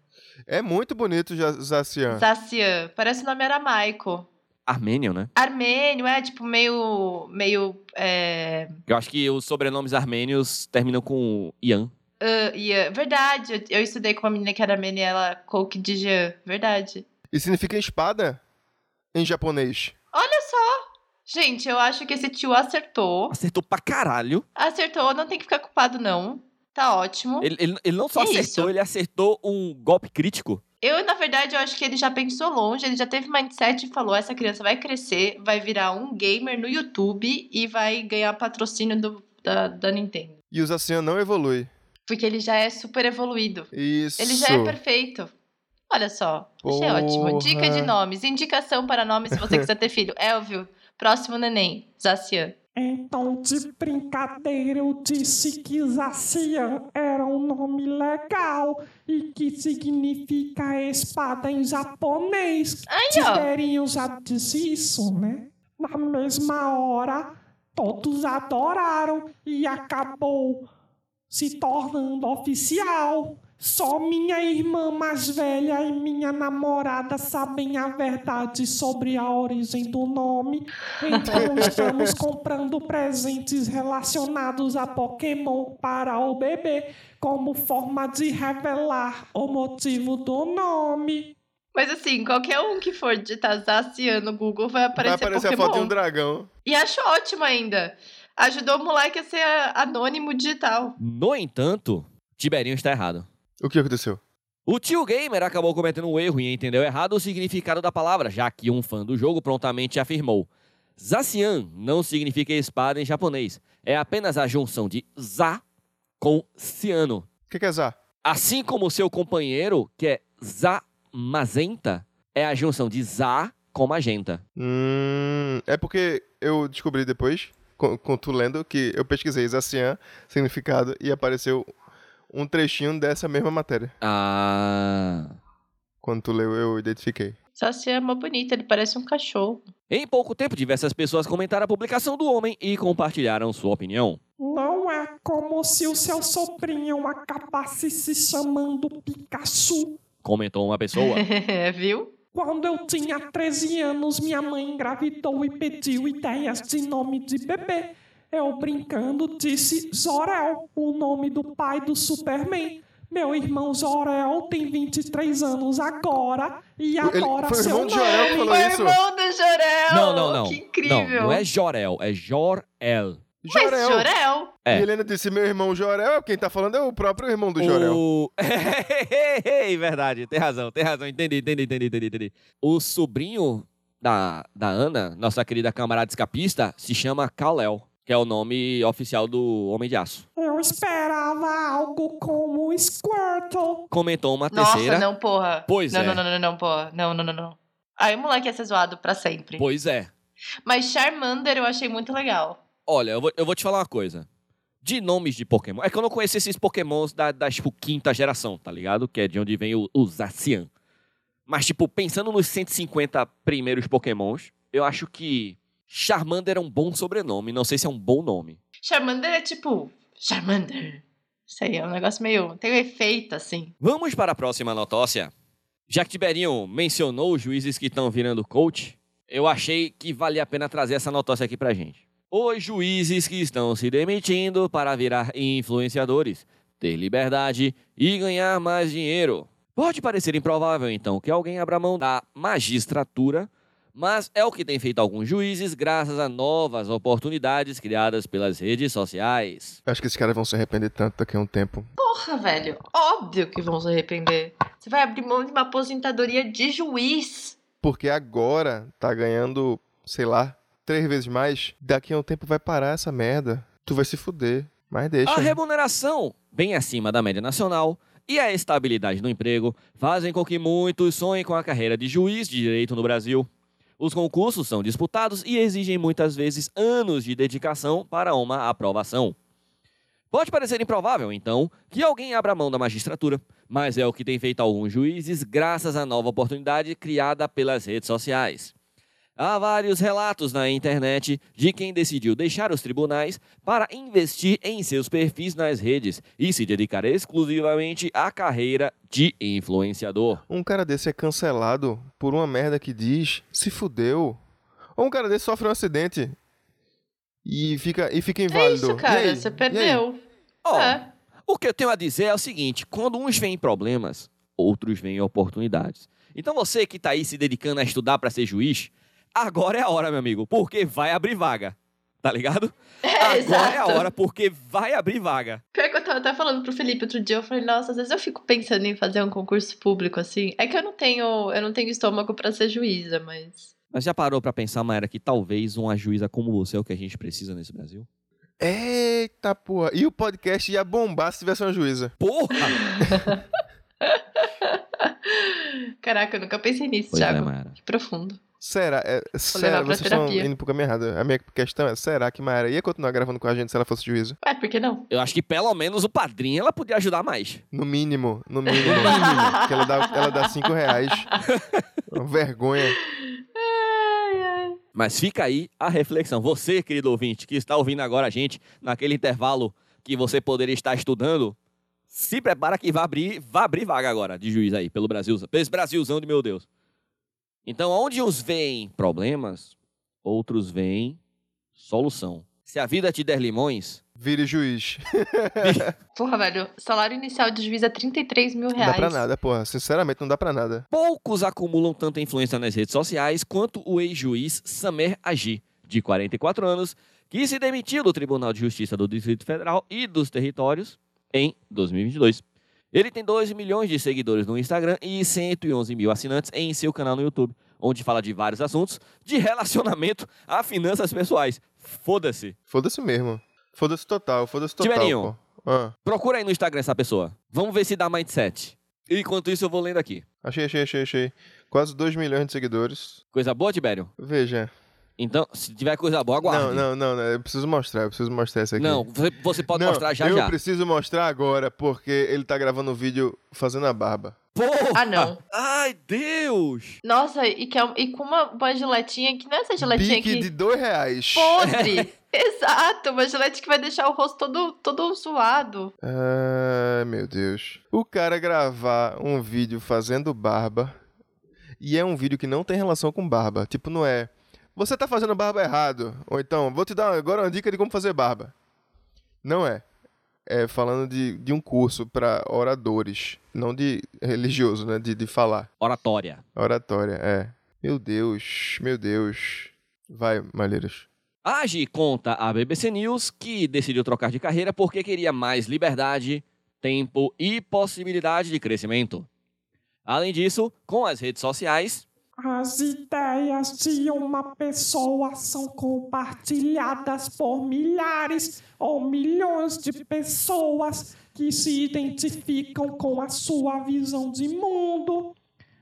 B: É muito bonito, Ja- Zacian.
C: Zacian. Parece um nome aramaico.
A: Armênio, né?
C: Armênio, é tipo meio. meio. É,
A: Eu acho que os sobrenomes armênios terminam com Ian.
C: ã, e, ã. verdade, eu, eu estudei com uma menina que era armênia e ela Kouk Dijan. Verdade.
B: E significa espada em japonês.
C: Olha só! Gente, eu acho que esse tio acertou.
A: Acertou pra caralho.
C: Acertou, não tem que ficar culpado, não. Tá ótimo.
A: Ele, ele, ele não só
C: Que
A: acertou,
C: isso?
A: ele acertou um golpe crítico.
C: Eu, na verdade, eu acho que ele já pensou longe, ele já teve mindset e falou: essa criança vai crescer, vai virar um gamer no YouTube e vai ganhar patrocínio do, da, da Nintendo.
B: E o Zacian não evolui.
C: Porque ele já é super evoluído.
B: Isso.
C: Ele já é perfeito. Olha só, achei
B: Porra.
C: ótimo. Dica de nomes, indicação para nomes se você
B: [laughs]
C: quiser ter filho. Elvio, próximo neném, Zacian.
D: Então, de brincadeira, eu disse que Zacian era um nome legal e que significa espada em japonês.
C: Aí, ó.
D: Tiberinho já disse isso, né? Na mesma hora, todos adoraram e acabou se tornando oficial. Só minha irmã mais velha e minha namorada sabem a verdade sobre a origem do nome. Então estamos comprando presentes relacionados a Pokémon para o bebê como forma de revelar o motivo do nome.
C: Mas assim, qualquer um que for digitar Zacian no Google vai
B: Vai
C: aparecer,
B: aparecer a
C: Pokémon.
B: foto de um dragão.
C: E acho ótimo ainda. Ajudou o moleque a ser a- anônimo digital.
A: No entanto, Tiberinho está errado.
B: O que aconteceu?
A: O tio gamer acabou cometendo um erro e entendeu errado o significado da palavra, já que um fã do jogo prontamente afirmou. Zacian não significa espada em japonês. É apenas a junção de za com ciano.
B: O que, que é Zá?
A: Assim como seu companheiro, que é zamazenta, é a junção de za com magenta.
B: Hum, é porque eu descobri depois, com, com tu lendo, que eu pesquisei Zacian, significado, e apareceu um trechinho dessa mesma matéria.
A: Ah.
B: Quando tu leu, eu identifiquei.
C: Zacian é mó bonito, ele parece um cachorro. [laughs]
A: Em pouco tempo, diversas pessoas comentaram a publicação do homem e compartilharam sua opinião.
D: Não é como se o seu sobrinho acabasse se chamando Pikachu.
A: Comentou uma pessoa.
C: É, Viu?
D: Quando eu tinha 13 anos, minha mãe engravidou e pediu ideias de nome de bebê. Eu brincando disse Zorel, o nome do pai do Superman. Meu irmão Zorel tem 23 anos agora e
B: Ele-
D: adora
B: foi o
D: seu
B: irmão de
D: nome.
B: Jorel que falou
C: O
B: isso?
C: irmão do Jorel!
A: Não, não, não.
C: Que incrível.
A: Não, não é Jorel, é Jor-El.
C: Mas
B: Jorel!
C: Jorel.
A: É.
B: E Helena disse: meu irmão Jorel, quem tá falando é o próprio irmão do Jorel.
A: O... [laughs] Ei, verdade, tem razão, tem razão. Entendi, entendi, entendi, entendi, entendi. O sobrinho da, da Ana, nossa querida camarada escapista, se chama Kalel, que é o nome oficial do Homem de Aço.
D: Eu esperava algo como Squirtle.
A: Comentou uma
C: Nossa,
A: terceira.
C: não, porra.
A: Pois
C: não,
A: é.
C: não, não, não, não, porra. Não, não, não, não. Aí o moleque ia ser zoado pra sempre.
A: Pois é.
C: Mas Charmander eu achei muito legal.
A: Olha, eu vou, eu vou te falar uma coisa. De nomes de Pokémon. É que eu não conheço esses Pokémons da, da tipo, quinta geração, tá ligado? Que é de onde vem o, o Zacian. Mas, tipo, pensando nos 150 primeiros Pokémons, eu acho que Charmander é um bom sobrenome. Não sei se é um bom nome.
C: Charmander é tipo. Charmander. Sei, é um negócio meio. Tem um efeito assim.
A: Vamos para a próxima notócia. Já que Tiberinho mencionou os juízes que estão virando coach, eu achei que valia a pena trazer essa notócia aqui pra gente. Os juízes que estão se demitindo para virar influenciadores, ter liberdade e ganhar mais dinheiro. Pode parecer improvável, então, que alguém abra mão da magistratura, mas é o que tem feito alguns juízes graças a novas oportunidades criadas pelas redes sociais.
B: Acho que esses caras vão se arrepender tanto daqui a um tempo.
C: Porra, velho. Óbvio que vão se arrepender. Você vai abrir mão de uma aposentadoria de juiz.
B: Porque agora tá ganhando, sei lá, três vezes mais. Daqui a um tempo vai parar essa merda. Tu vai se fuder. Mas deixa.
A: A remuneração, bem acima da média nacional, e a estabilidade no emprego fazem com que muitos sonhem com a carreira de juiz de direito no Brasil. Os concursos são disputados e exigem muitas vezes anos de dedicação para uma aprovação. Pode parecer improvável, então, que alguém abra mão da magistratura, mas é o que tem feito alguns juízes graças à nova oportunidade criada pelas redes sociais. Há vários relatos na internet de quem decidiu deixar os tribunais para investir em seus perfis nas redes e se dedicar exclusivamente à carreira de influenciador.
B: Um cara desse é cancelado por uma merda que diz se fudeu. Ou um cara desse sofre um acidente e fica, e fica
C: É
B: inválido.
C: isso,
B: E
C: cara.
B: aí? E
C: Você
B: aí?
C: perdeu.
A: Ó,
C: É.
A: O que eu tenho a dizer é o seguinte: quando uns veem problemas, outros veem oportunidades. Então você que está aí se dedicando a estudar para ser juiz, agora é a hora, meu amigo, porque vai abrir vaga. Tá
C: [laughs]
A: ligado? agora é a
C: exato.
A: hora, porque vai abrir vaga.
C: Pior que eu tava até falando pro Felipe outro dia, eu falei, nossa, às vezes eu fico pensando em fazer um concurso público, assim. É que eu não tenho, eu não tenho estômago pra ser juíza, mas.
A: Mas já parou pra pensar, Maera, que talvez uma juíza como você é o que a gente precisa nesse Brasil?
B: Eita porra. E o podcast ia bombar se tivesse uma juíza.
A: Porra!
C: Caraca, eu nunca pensei nisso,
A: Pois é,
C: Thiago.
A: Maera.
C: que profundo.
B: Será? É,
C: levar
B: será?
C: pra
B: Vocês estão
C: terapia.
B: indo pro caminho errado. A minha questão é: será que Mayara ia continuar gravando com a gente se ela fosse juíza?
C: Ué, É, por que não?
A: Eu acho que pelo menos o padrinho ela podia ajudar mais.
B: No mínimo, no mínimo. que ela dá, ela dá cinco reais. Vergonha.
C: Ai, ai.
A: Mas fica aí a reflexão. Você, querido ouvinte, que está ouvindo agora a gente, naquele intervalo que você poderia estar estudando, se prepara que vai abrir, vai abrir vaga agora de juiz aí, pelo Brasil, esse Brasilzão de meu Deus. Então, onde uns veem problemas, outros veem solução. Se a vida te der limões,
B: Vire juiz.
C: Porra, velho, salário inicial de juiz é 33 mil
B: Não
C: reais.
B: dá pra nada, porra. Sinceramente, não dá pra nada.
A: poucos acumulam tanta influência nas redes sociais quanto o ex-juiz Samer Agi, de 44 anos, que se demitiu do Tribunal de Justiça do Distrito Federal e dos Territórios em 2022. Ele tem 2 milhões de seguidores no Instagram e 111 mil assinantes em seu canal no YouTube, onde fala de vários assuntos, de relacionamento a finanças pessoais. Foda-se.
B: Foda-se mesmo. Foda-se total, foda-se total.
A: Tiberinho.
B: pô. Ah,
A: Procura aí no Instagram essa pessoa. Vamos ver se dá mindset. Enquanto isso, eu vou lendo aqui.
B: achei, achei, achei, achei. Quase 2 milhões de seguidores.
A: Coisa boa, Tibério?
B: Veja.
A: Então, se tiver coisa boa, aguarde.
B: Não, não, não, não. Eu preciso mostrar, eu preciso mostrar isso aqui.
A: Não, você, você pode
B: Não,
A: mostrar já
B: eu
A: já.
B: preciso mostrar agora, porque ele tá gravando um vídeo fazendo a barba.
A: Porra!
C: Ah, não.
A: Ai, Deus!
C: Nossa, e, que é um- e com uma, uma giletinha que não é essa giletinha
B: Pique
C: que.
B: de dois reais.
C: Podre! [laughs] Exato, uma gilete que vai deixar o rosto todo, todo zoado.
B: Ai, Ah, meu Deus. O cara gravar um vídeo fazendo barba. E é um vídeo que não tem relação com barba. Tipo, não é. Você tá fazendo barba errado. Ou então, vou te dar agora uma dica de como fazer barba. Não é. É falando de, de um curso pra oradores. Não de religioso, né? De, de falar.
A: Oratória.
B: Oratória, é. Meu Deus, meu Deus. Vai, Malheiros.
A: Age conta à BBC News que decidiu trocar de carreira porque queria mais liberdade, tempo e possibilidade de crescimento. Além disso, com as redes sociais,
D: As ideias de uma pessoa são compartilhadas por milhares ou milhões de pessoas que se identificam com a sua visão de mundo.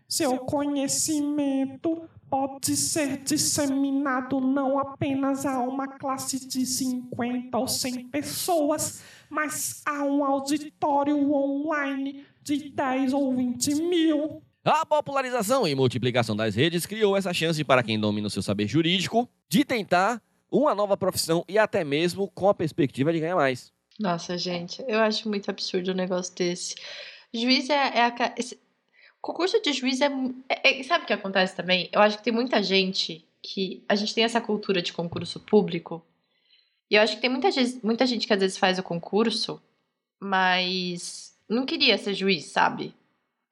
D: Seu conhecimento pode ser disseminado não apenas a uma classe de 50 ou 100 pessoas, mas a um auditório online de 10 ou 20 mil.
A: A popularização e multiplicação das redes criou essa chance para quem domina o seu saber jurídico de tentar uma nova profissão e até mesmo com a perspectiva de ganhar mais.
C: Nossa, gente, eu acho muito absurdo um negócio desse. Juiz é, é a. ca- esse- concurso de juiz é, mu- é- é- Sabe o que acontece também? Eu acho que tem muita gente que. A gente tem essa cultura de concurso público. E eu acho que tem muita, gen- muita gente que às vezes faz o concurso, mas não queria ser juiz, sabe?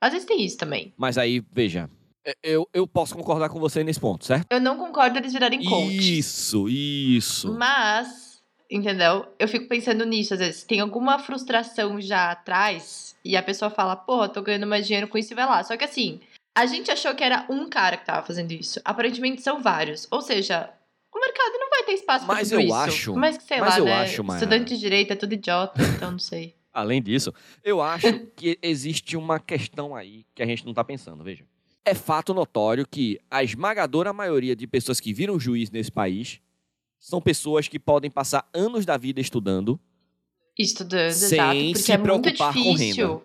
C: Às vezes tem isso também.
A: Mas aí, veja, é- eu, eu posso concordar com você nesse ponto, certo?
C: Eu não concordo eles virarem um coach.
A: Isso, isso.
C: Mas, entendeu? Eu fico pensando nisso às vezes. Tem alguma frustração já atrás e a pessoa fala, porra, tô ganhando mais dinheiro com isso e vai lá. Só que assim, a gente achou que era um cara que tava fazendo isso. Aparentemente são vários. Ou seja, o mercado não vai ter espaço pra
A: Mas
C: tudo
A: eu
C: isso.
A: acho-
C: Mas sei
A: mas
C: lá,
A: eu
C: né?
A: acho, Mayara.
C: Estudante de direito é tudo idiota, então não sei.
A: Além disso, eu acho que existe uma questão aí que a gente não tá pensando, veja. É fato notório que a esmagadora maioria de pessoas que viram juiz nesse país são pessoas que podem passar anos da vida estudando
C: Estudando,
A: Sem
C: exato, porque
A: se
C: é muito
A: preocupar com
C: difícil.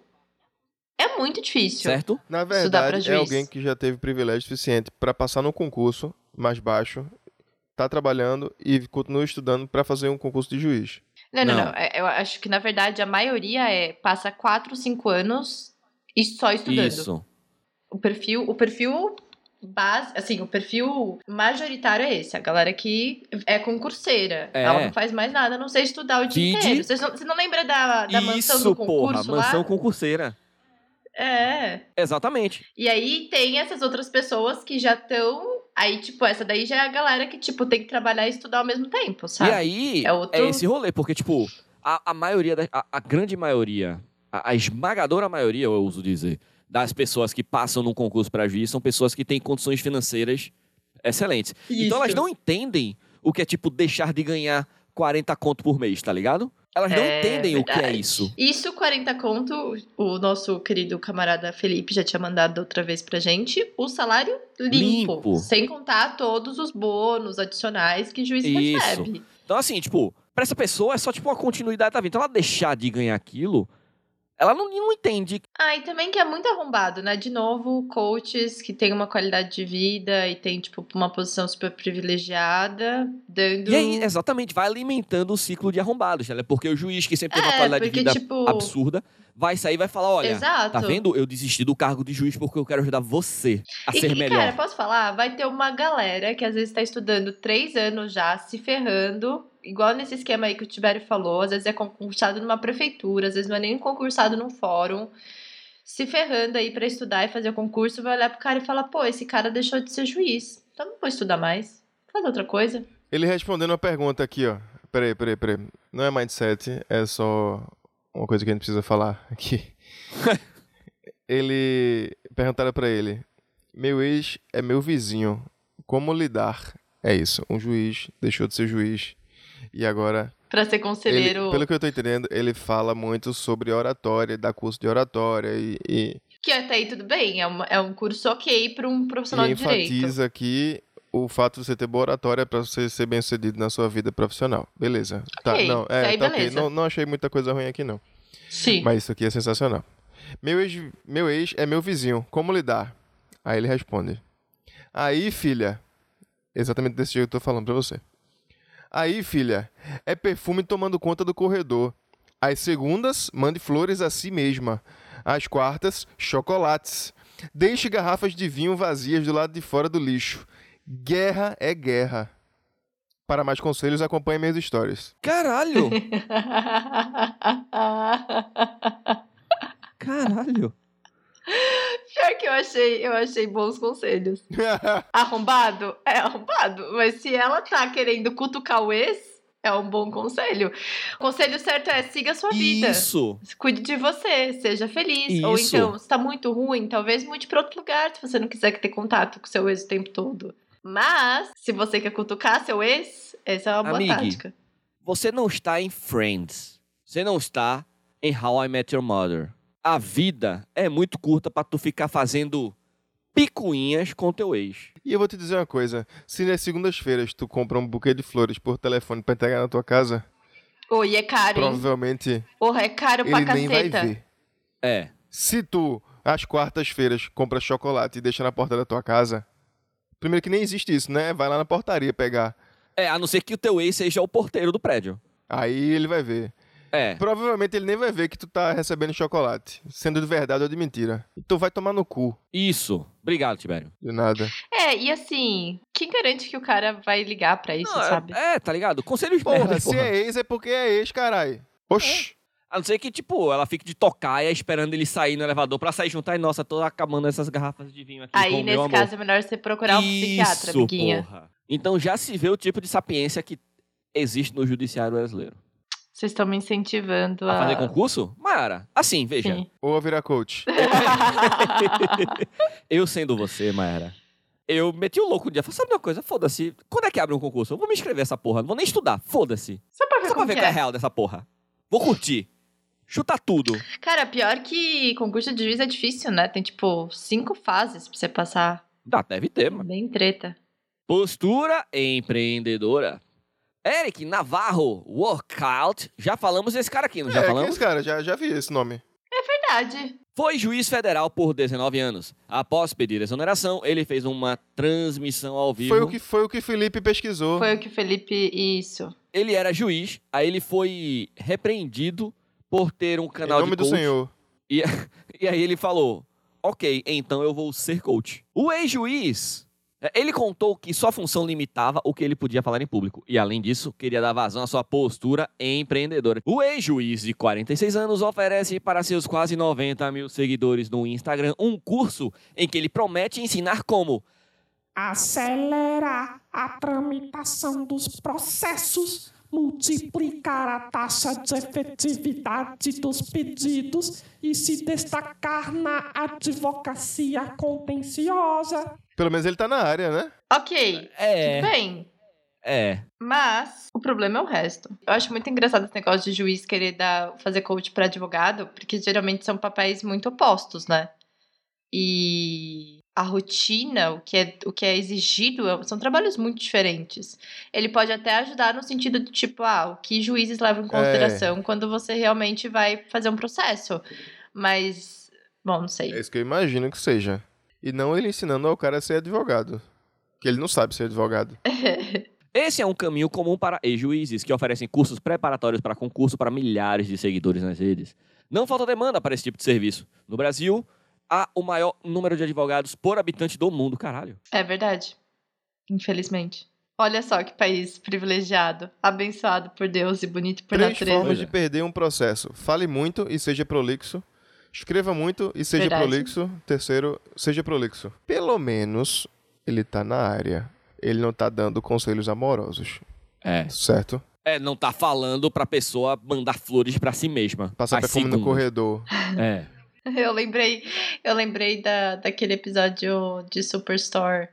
C: É muito difícil.
A: Certo?
B: Na
C: Estudar pra
B: verdade, é
C: juiz.
B: alguém que já teve privilégio suficiente para passar num concurso mais baixo, tá trabalhando e continua estudando para fazer um concurso de juiz.
C: Não, não,
A: Não.
C: não, É- Eu acho que, na verdade, a maioria é passa 4, 5 anos e só estudando.
A: Isso.
C: O perfil, o perfil base, assim, o perfil majoritário é esse. A galera que é concurseira.
A: É.
C: Ela não faz mais nada, a não sei estudar o dia
A: Vide-
C: inteiro. Vocês não- Você não, lembra da, da Tá mansão
A: Isso,
C: do
A: porra,
C: concurso
A: mansão
C: lá?
A: concurseira.
C: É.
A: Exatamente.
C: E aí tem essas outras pessoas que já estão. Aí, tipo, essa daí já é a galera que, tipo, tem que trabalhar e estudar ao mesmo tempo, sabe?
A: E aí, é,
C: É outro-
A: esse rolê, porque, tipo, a, a maioria, da, a, a grande maioria, a, a esmagadora maioria, eu ouso dizer, das pessoas que passam num concurso para juiz são pessoas que têm condições financeiras excelentes.
C: Isso.
A: Então elas não entendem o que é, tipo, deixar de ganhar 40 conto por mês, tá ligado? Elas não
C: É,
A: entendem o que é
C: verdade.
A: isso.
C: Isso, 40 conto, o nosso querido camarada Felipe já tinha mandado outra vez pra gente. O salário limpo.
A: Limpo.
C: Sem contar todos os bônus adicionais que o juiz
A: Isso.
C: recebe.
A: Então, assim, tipo, pra essa pessoa é só, tipo, uma continuidade da vida. Então ela deixar de ganhar aquilo, ela não, não entende.
C: Ah, e também que é muito arrombado, né? De novo, coaches que têm uma qualidade de vida e tem, tipo, uma posição super privilegiada, dando.
A: E aí, é exatamente, vai alimentando o ciclo de arrombados, né? Porque o juiz que sempre tem uma
C: É,
A: qualidade de
C: porque,
A: vida
C: tipo-
A: absurda, vai sair e vai falar, olha,
C: Exato.
A: tá vendo? Eu desisti do cargo de juiz porque eu quero ajudar você a
C: e,
A: ser
C: e,
A: melhor.
C: Cara, posso falar? Vai ter uma galera que às vezes tá estudando três anos já, se ferrando, igual nesse esquema aí que o Tibério falou, às vezes é concursado numa prefeitura, às vezes não é nem concursado num fórum, se ferrando aí pra estudar e fazer o concurso, vai olhar pro cara e falar, pô, esse cara deixou de ser juiz, então não vou estudar mais, faz outra coisa.
B: Ele respondendo uma pergunta aqui, ó. Peraí, peraí, peraí. Não é mindset, é só uma coisa que a gente precisa falar
C: [laughs]
B: aqui. ele. Perguntaram pra ele: Meu ex é meu vizinho. Como lidar? É isso. Um juiz deixou de ser juiz e agora
C: Pra ser
B: Ele-
C: conselheiro,
B: pelo que eu tô entendendo, ele fala muito sobre oratória, dá curso de oratória e, e-
C: que até aí tudo bem, é, uma- é um curso ok pra um profissional
B: e
C: de direito.
B: enfatiza que o fato de você ter boa oratória é pra você ser bem sucedido na sua vida profissional. Beleza. Tá,
C: Ok,
B: não,
C: isso
B: é,
C: aí,
B: tá ok.
C: beleza.
B: Não, não achei muita coisa ruim aqui, não.
C: Sim. [laughs]
B: Mas isso aqui é sensacional. Meu ex, meu ex é meu vizinho, como lidar? Aí ele responde. Aí, filha. Exatamente desse jeito que eu tô falando pra você. Aí, filha, é perfume tomando conta do corredor. Às segundas, mande flores a si mesma. Às quartas, chocolates. Deixe garrafas de vinho vazias do lado de fora do lixo. Guerra é guerra. Para mais conselhos, acompanhe meus [laughs] stories.
A: Caralho!
C: [laughs]
A: Caralho!
C: Pior que eu achei, eu achei bons conselhos. Arrombado? É arrombado. Mas se ela tá querendo cutucar o ex, é um bom conselho. O conselho certo é siga a sua vida.
A: Isso.
C: Cuide de você, seja feliz. Ou
A: Isso.
C: então, se tá muito ruim, talvez mude pra outro lugar, se você não quiser ter contato com seu ex o tempo todo. Mas, se você quer cutucar seu ex, essa é uma boa
A: Amigue.
C: tática.
A: Você não está em Friends. Você não está em How I Met Your Mother. A vida é muito curta pra tu ficar fazendo picuinhas com teu ex.
B: E eu vou te dizer uma coisa: se nas segundas-feiras tu compra um buquê de flores por telefone pra entregar na tua casa,
C: Ô, e é caro, hein?
B: provavelmente
C: Porra, é caro pra
B: ele nem vai
C: caceta.
B: ver.
A: É.
B: Se tu, às quartas-feiras, compra chocolate e deixa na porta da tua casa, primeiro que nem existe isso, né? Vai lá na portaria pegar.
A: É, a não ser que o teu ex seja o porteiro do prédio.
B: Aí ele vai ver.
A: É.
B: Provavelmente ele nem vai ver que tu tá recebendo chocolate, sendo de verdade ou de mentira. Tu vai tomar no cu,
A: Isso. Obrigado, Tibério. [laughs]
B: de nada.
C: É, e assim, quem garante que o cara vai ligar pra isso,
A: Não, é-
C: sabe?
A: É, tá ligado? Conselhos
B: Porra,
A: merdas,
B: se
A: porra.
B: é ex é porque é ex, carai. Oxi.
A: A não ser que, tipo, ela fique de tocaia esperando ele sair no elevador pra sair juntar. E, nossa, tô acabando essas garrafas de vinho aqui com
C: Aí,
A: o meu
C: nesse
A: amor.
C: caso, é melhor você procurar um psiquiatra,
A: Isso,
C: amiguinha.
A: porra. Então já se vê o tipo de sapiência que existe no judiciário brasileiro.
C: Vocês estão me incentivando
A: A
C: a.
A: fazer
C: [laughs]
A: concurso? Mayara, assim, veja.
C: Sim.
B: Ou a virar coach.
A: Eu sendo você, Mayara, eu meti o louco um dia. Falei, sabe de uma coisa? Foda-se. Quando é que abre um concurso? Eu vou me inscrever essa porra. Não vou nem estudar. Foda-se.
C: Só pra ver
A: Só pra
C: como
A: ver
C: que
A: qual é
C: é.
A: real dessa porra. Vou curtir. Chuta tudo.
C: Cara, pior que concurso de juiz é difícil, né? Tem tipo cinco fases pra você passar.
A: Dá, Ah, deve ter, mano.
C: Bem treta.
A: Postura empreendedora. Eric Navarro, workout. Já falamos desse cara aqui, não já
B: é,
A: falamos?
B: que esse cara, já, já vi esse nome.
C: Verdade.
A: Foi juiz federal por 19 anos. Após pedir exoneração, ele fez uma transmissão ao vivo.
B: Foi o, que, foi o que Felipe pesquisou.
C: Foi o que o Felipe. Isso.
A: Ele era juiz, aí ele foi repreendido por ter um
B: Em
A: canal
B: nome
A: de
B: do
A: coach.
B: Senhor.
A: E aí ele falou: "OK, então eu vou ser coach". O ex-juiz, eh, ele contou que sua função limitava o que ele podia falar em público e além disso, queria dar vazão à sua postura empreendedora. O ex-juiz de 46 anos oferece para seus quase 90 mil seguidores no Instagram um curso em que ele promete ensinar como
D: acelerar a tramitação dos processos, multiplicar a taxa de efetividade dos pedidos e se destacar na advocacia contenciosa.
B: Pelo menos ele tá na área, né?
C: Ok.
A: é,
C: Tudo bem.
A: é,
C: Mas o problema é o resto. Eu acho muito engraçado esse negócio de juiz querer dar, fazer coach pra advogado, porque geralmente são papéis muito opostos, né? E a rotina, o que é, o que é exigido, é- são trabalhos muito diferentes. Ele pode até ajudar no sentido de tipo, ah, o que juízes levam em consideração quando você realmente vai fazer um processo. Mas, bom, não sei.
B: É isso que eu imagino que seja. E não ele ensinando ao cara a ser advogado. Que ele não sabe ser advogado.
A: Esse é um caminho comum para ex-juízes que oferecem cursos preparatórios para concurso para milhares de seguidores nas redes. Não falta demanda para esse tipo de serviço. No Brasil, há o maior número de advogados por habitante do mundo, caralho.
C: É verdade. Infelizmente. Olha só que país privilegiado, abençoado por Deus e bonito por
B: Três
C: natureza.
B: formas
A: Pois é.
B: de perder um processo. Fale muito e seja prolixo. Escreva muito e seja
C: Verdade.
B: prolixo. Terceiro, seja prolixo. Pelo menos ele tá na área. Ele não tá dando conselhos amorosos,
A: É.
B: certo?
A: É, não tá falando pra pessoa mandar flores pra si mesma.
B: Passar
A: As
B: perfume no
A: segundas.
B: corredor.
A: É.
C: [laughs] Eu lembrei, eu lembrei da, daquele episódio de Superstore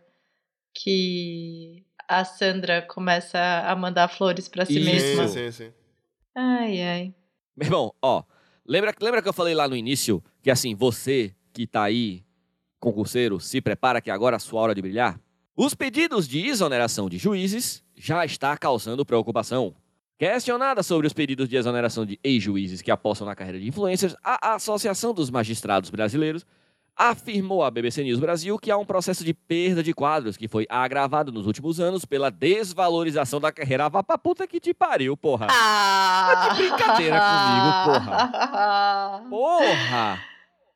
C: que a Sandra começa a mandar flores pra si
A: Isso.
C: mesma.
B: sim, sim.
C: Ai, ai.
A: [laughs] Meu irmão, ó, lembra, lembra que eu falei lá no início que assim, você que tá aí, concurseiro, se prepara que agora é a sua hora de brilhar? Os pedidos de exoneração de juízes já está causando preocupação. Questionada sobre os pedidos de exoneração de ex-juízes que apostam na carreira de influencers, a Associação dos Magistrados Brasileiros afirmou à BBC News Brasil que há um processo de perda de quadros que foi agravado nos últimos anos pela desvalorização da carreira. Vá pra puta que te pariu, porra.
C: Ah!
A: de brincadeira comigo,
C: porra.
A: Porra!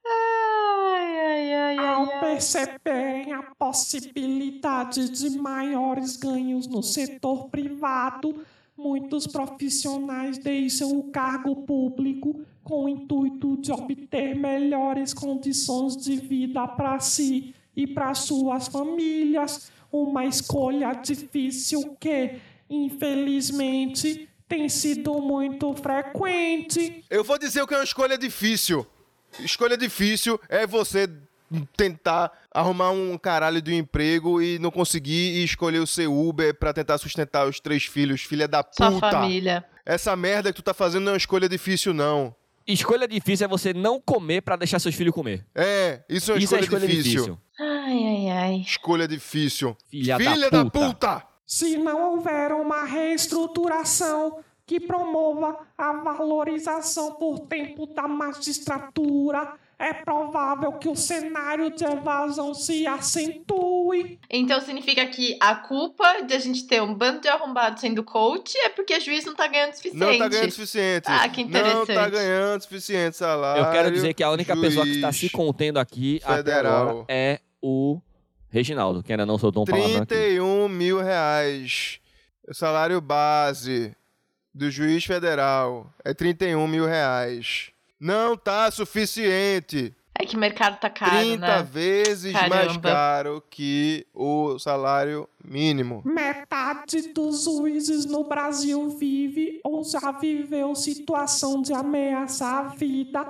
C: [laughs] Ai, ai, ai, ai,
D: Ao
C: ai.
D: perceberem a possibilidade de maiores ganhos no setor privado, muitos profissionais deixam o cargo público, com o intuito de obter melhores condições de vida para si e para suas famílias. Uma escolha difícil que, infelizmente, tem sido muito frequente.
B: Eu vou dizer o que é uma escolha difícil. Escolha difícil é você tentar arrumar um caralho de um emprego e não conseguir e escolher o seu Uber pra tentar sustentar os três filhos, filha da
C: Sua
B: puta.
C: família.
B: Essa merda que tu tá fazendo não é uma escolha difícil, não.
A: Escolha difícil é você não comer pra deixar seus filhos comer.
B: É, isso é uma
A: Isso é
B: escolha,
A: escolha
B: difícil.
A: difícil.
C: Ai, ai, ai.
B: Escolha difícil.
A: Filha da
B: da puta!
A: puta.
D: Se não houver uma reestruturação que promova a valorização por tempo da magistratura, é provável que o cenário de evasão se acentue.
C: Então significa que a culpa de a gente ter um bando de arrombados sendo coach é porque o juiz não tá ganhando o suficiente.
B: Não tá ganhando o suficiente.
C: Ah, que
B: Não tá
C: interessante.
B: ganhando o suficiente salário.
A: Eu quero dizer que a única pessoa que está se
B: juiz.
A: contendo aqui
B: federal.
A: até agora é o Reginaldo, que ainda não soltou um palavrão aqui.
B: 31 mil reais. O salário base do juiz federal é 31 mil reais. Não tá suficiente.
C: É que o mercado tá caro,
B: 30
C: né?
B: vezes mais
C: Caramba.
B: caro que o salário mínimo.
D: Metade dos juízes no Brasil vive ou já viveu situação de ameaça à vida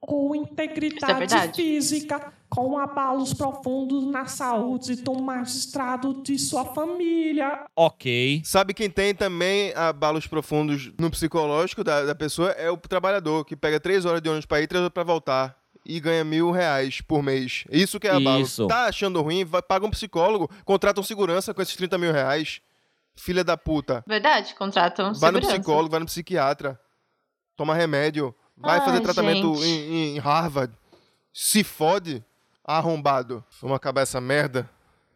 D: ou integridade
C: verdade.
D: física, com abalos profundos na saúde do magistrado de sua família
A: Ok.
B: Sabe quem tem também abalos profundos no psicológico da, da pessoa? É o trabalhador, que pega três horas de ônibus pra ir, três horas pra voltar. E ganha mil reais por mês. Isso que é abalo.
A: Isso.
B: Tá achando ruim? Vai, paga um psicólogo, contrata um segurança com esses 30 mil reais. Filha da puta.
C: Verdade, contratam
B: Vai no
C: segurança.
B: psicólogo, vai no psiquiatra. Toma remédio. Vai
C: Ai,
B: fazer tratamento
C: gente.
B: em, em Harvard. Se fode, arrombado. Vamos acabar essa merda,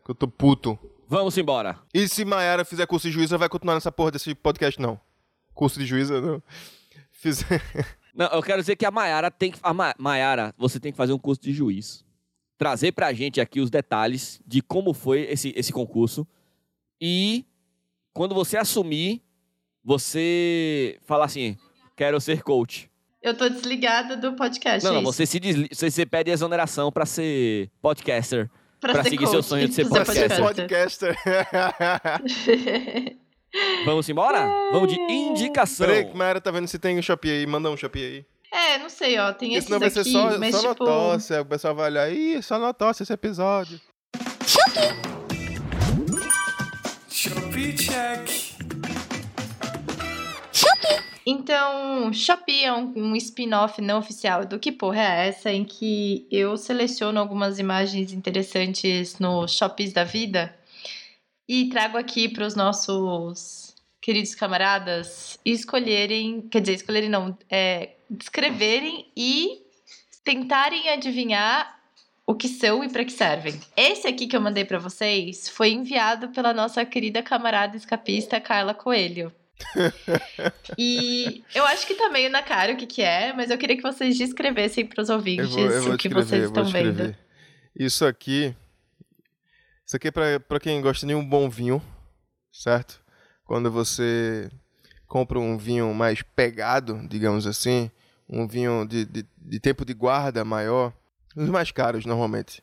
B: que eu tô puto.
A: Vamos embora.
B: E se Mayara fizer curso de juíza, vai continuar nessa porra desse podcast, não. Curso de juíza, não. Fizer...
A: Não, eu quero dizer que a Maiara tem que. A Ma- Maiara, você tem que fazer um curso de juiz. Trazer pra gente aqui os detalhes de como foi esse, esse concurso. E quando você assumir, você falar assim: quero ser coach.
C: Eu tô desligada do podcast.
A: não,
C: é
A: não,
C: isso?
A: você se desli- você, você pede exoneração pra ser podcaster. pra seguir seu sonho de ser
C: do
B: [laughs] Pra
A: podcaster.
B: ser podcaster.
A: Vamos embora? Vamos de
C: Hum.
A: indicação.
B: Peraí, que Mayara tá vendo se tem um Shopee aí. Manda um Shopee aí.
C: [laughs] É, não sei, ó. Tem
B: Porque
C: esses
B: senão vai ser
C: aqui,
B: só,
C: mas
B: só
C: tipo...
B: notócia. O pessoal vai olhar. Ih, só notócia esse episódio.
E: Shopee check.
C: Então, Shopee é um, um spin-off não oficial do Que Porra é Essa, em que eu seleciono algumas imagens interessantes no Shopees da Vida e trago aqui para os nossos queridos camaradas escolherem, quer dizer, escolherem não, é, descreverem e tentarem adivinhar o que são e para que servem. Esse aqui que eu mandei para vocês foi enviado pela nossa querida camarada escapista Carla Coelho.
B: [laughs]
C: E eu acho que tá meio na cara o que que é, mas eu queria que vocês descrevessem pros ouvintes o que
B: descrever,
C: vocês
B: eu vou
C: estão vendo.
B: descrever. Isso aqui. Isso aqui é pra, pra quem gosta de um bom vinho, certo? Quando você compra um vinho mais pegado, digamos assim, um vinho de, de, de tempo de guarda maior, os mais caros normalmente,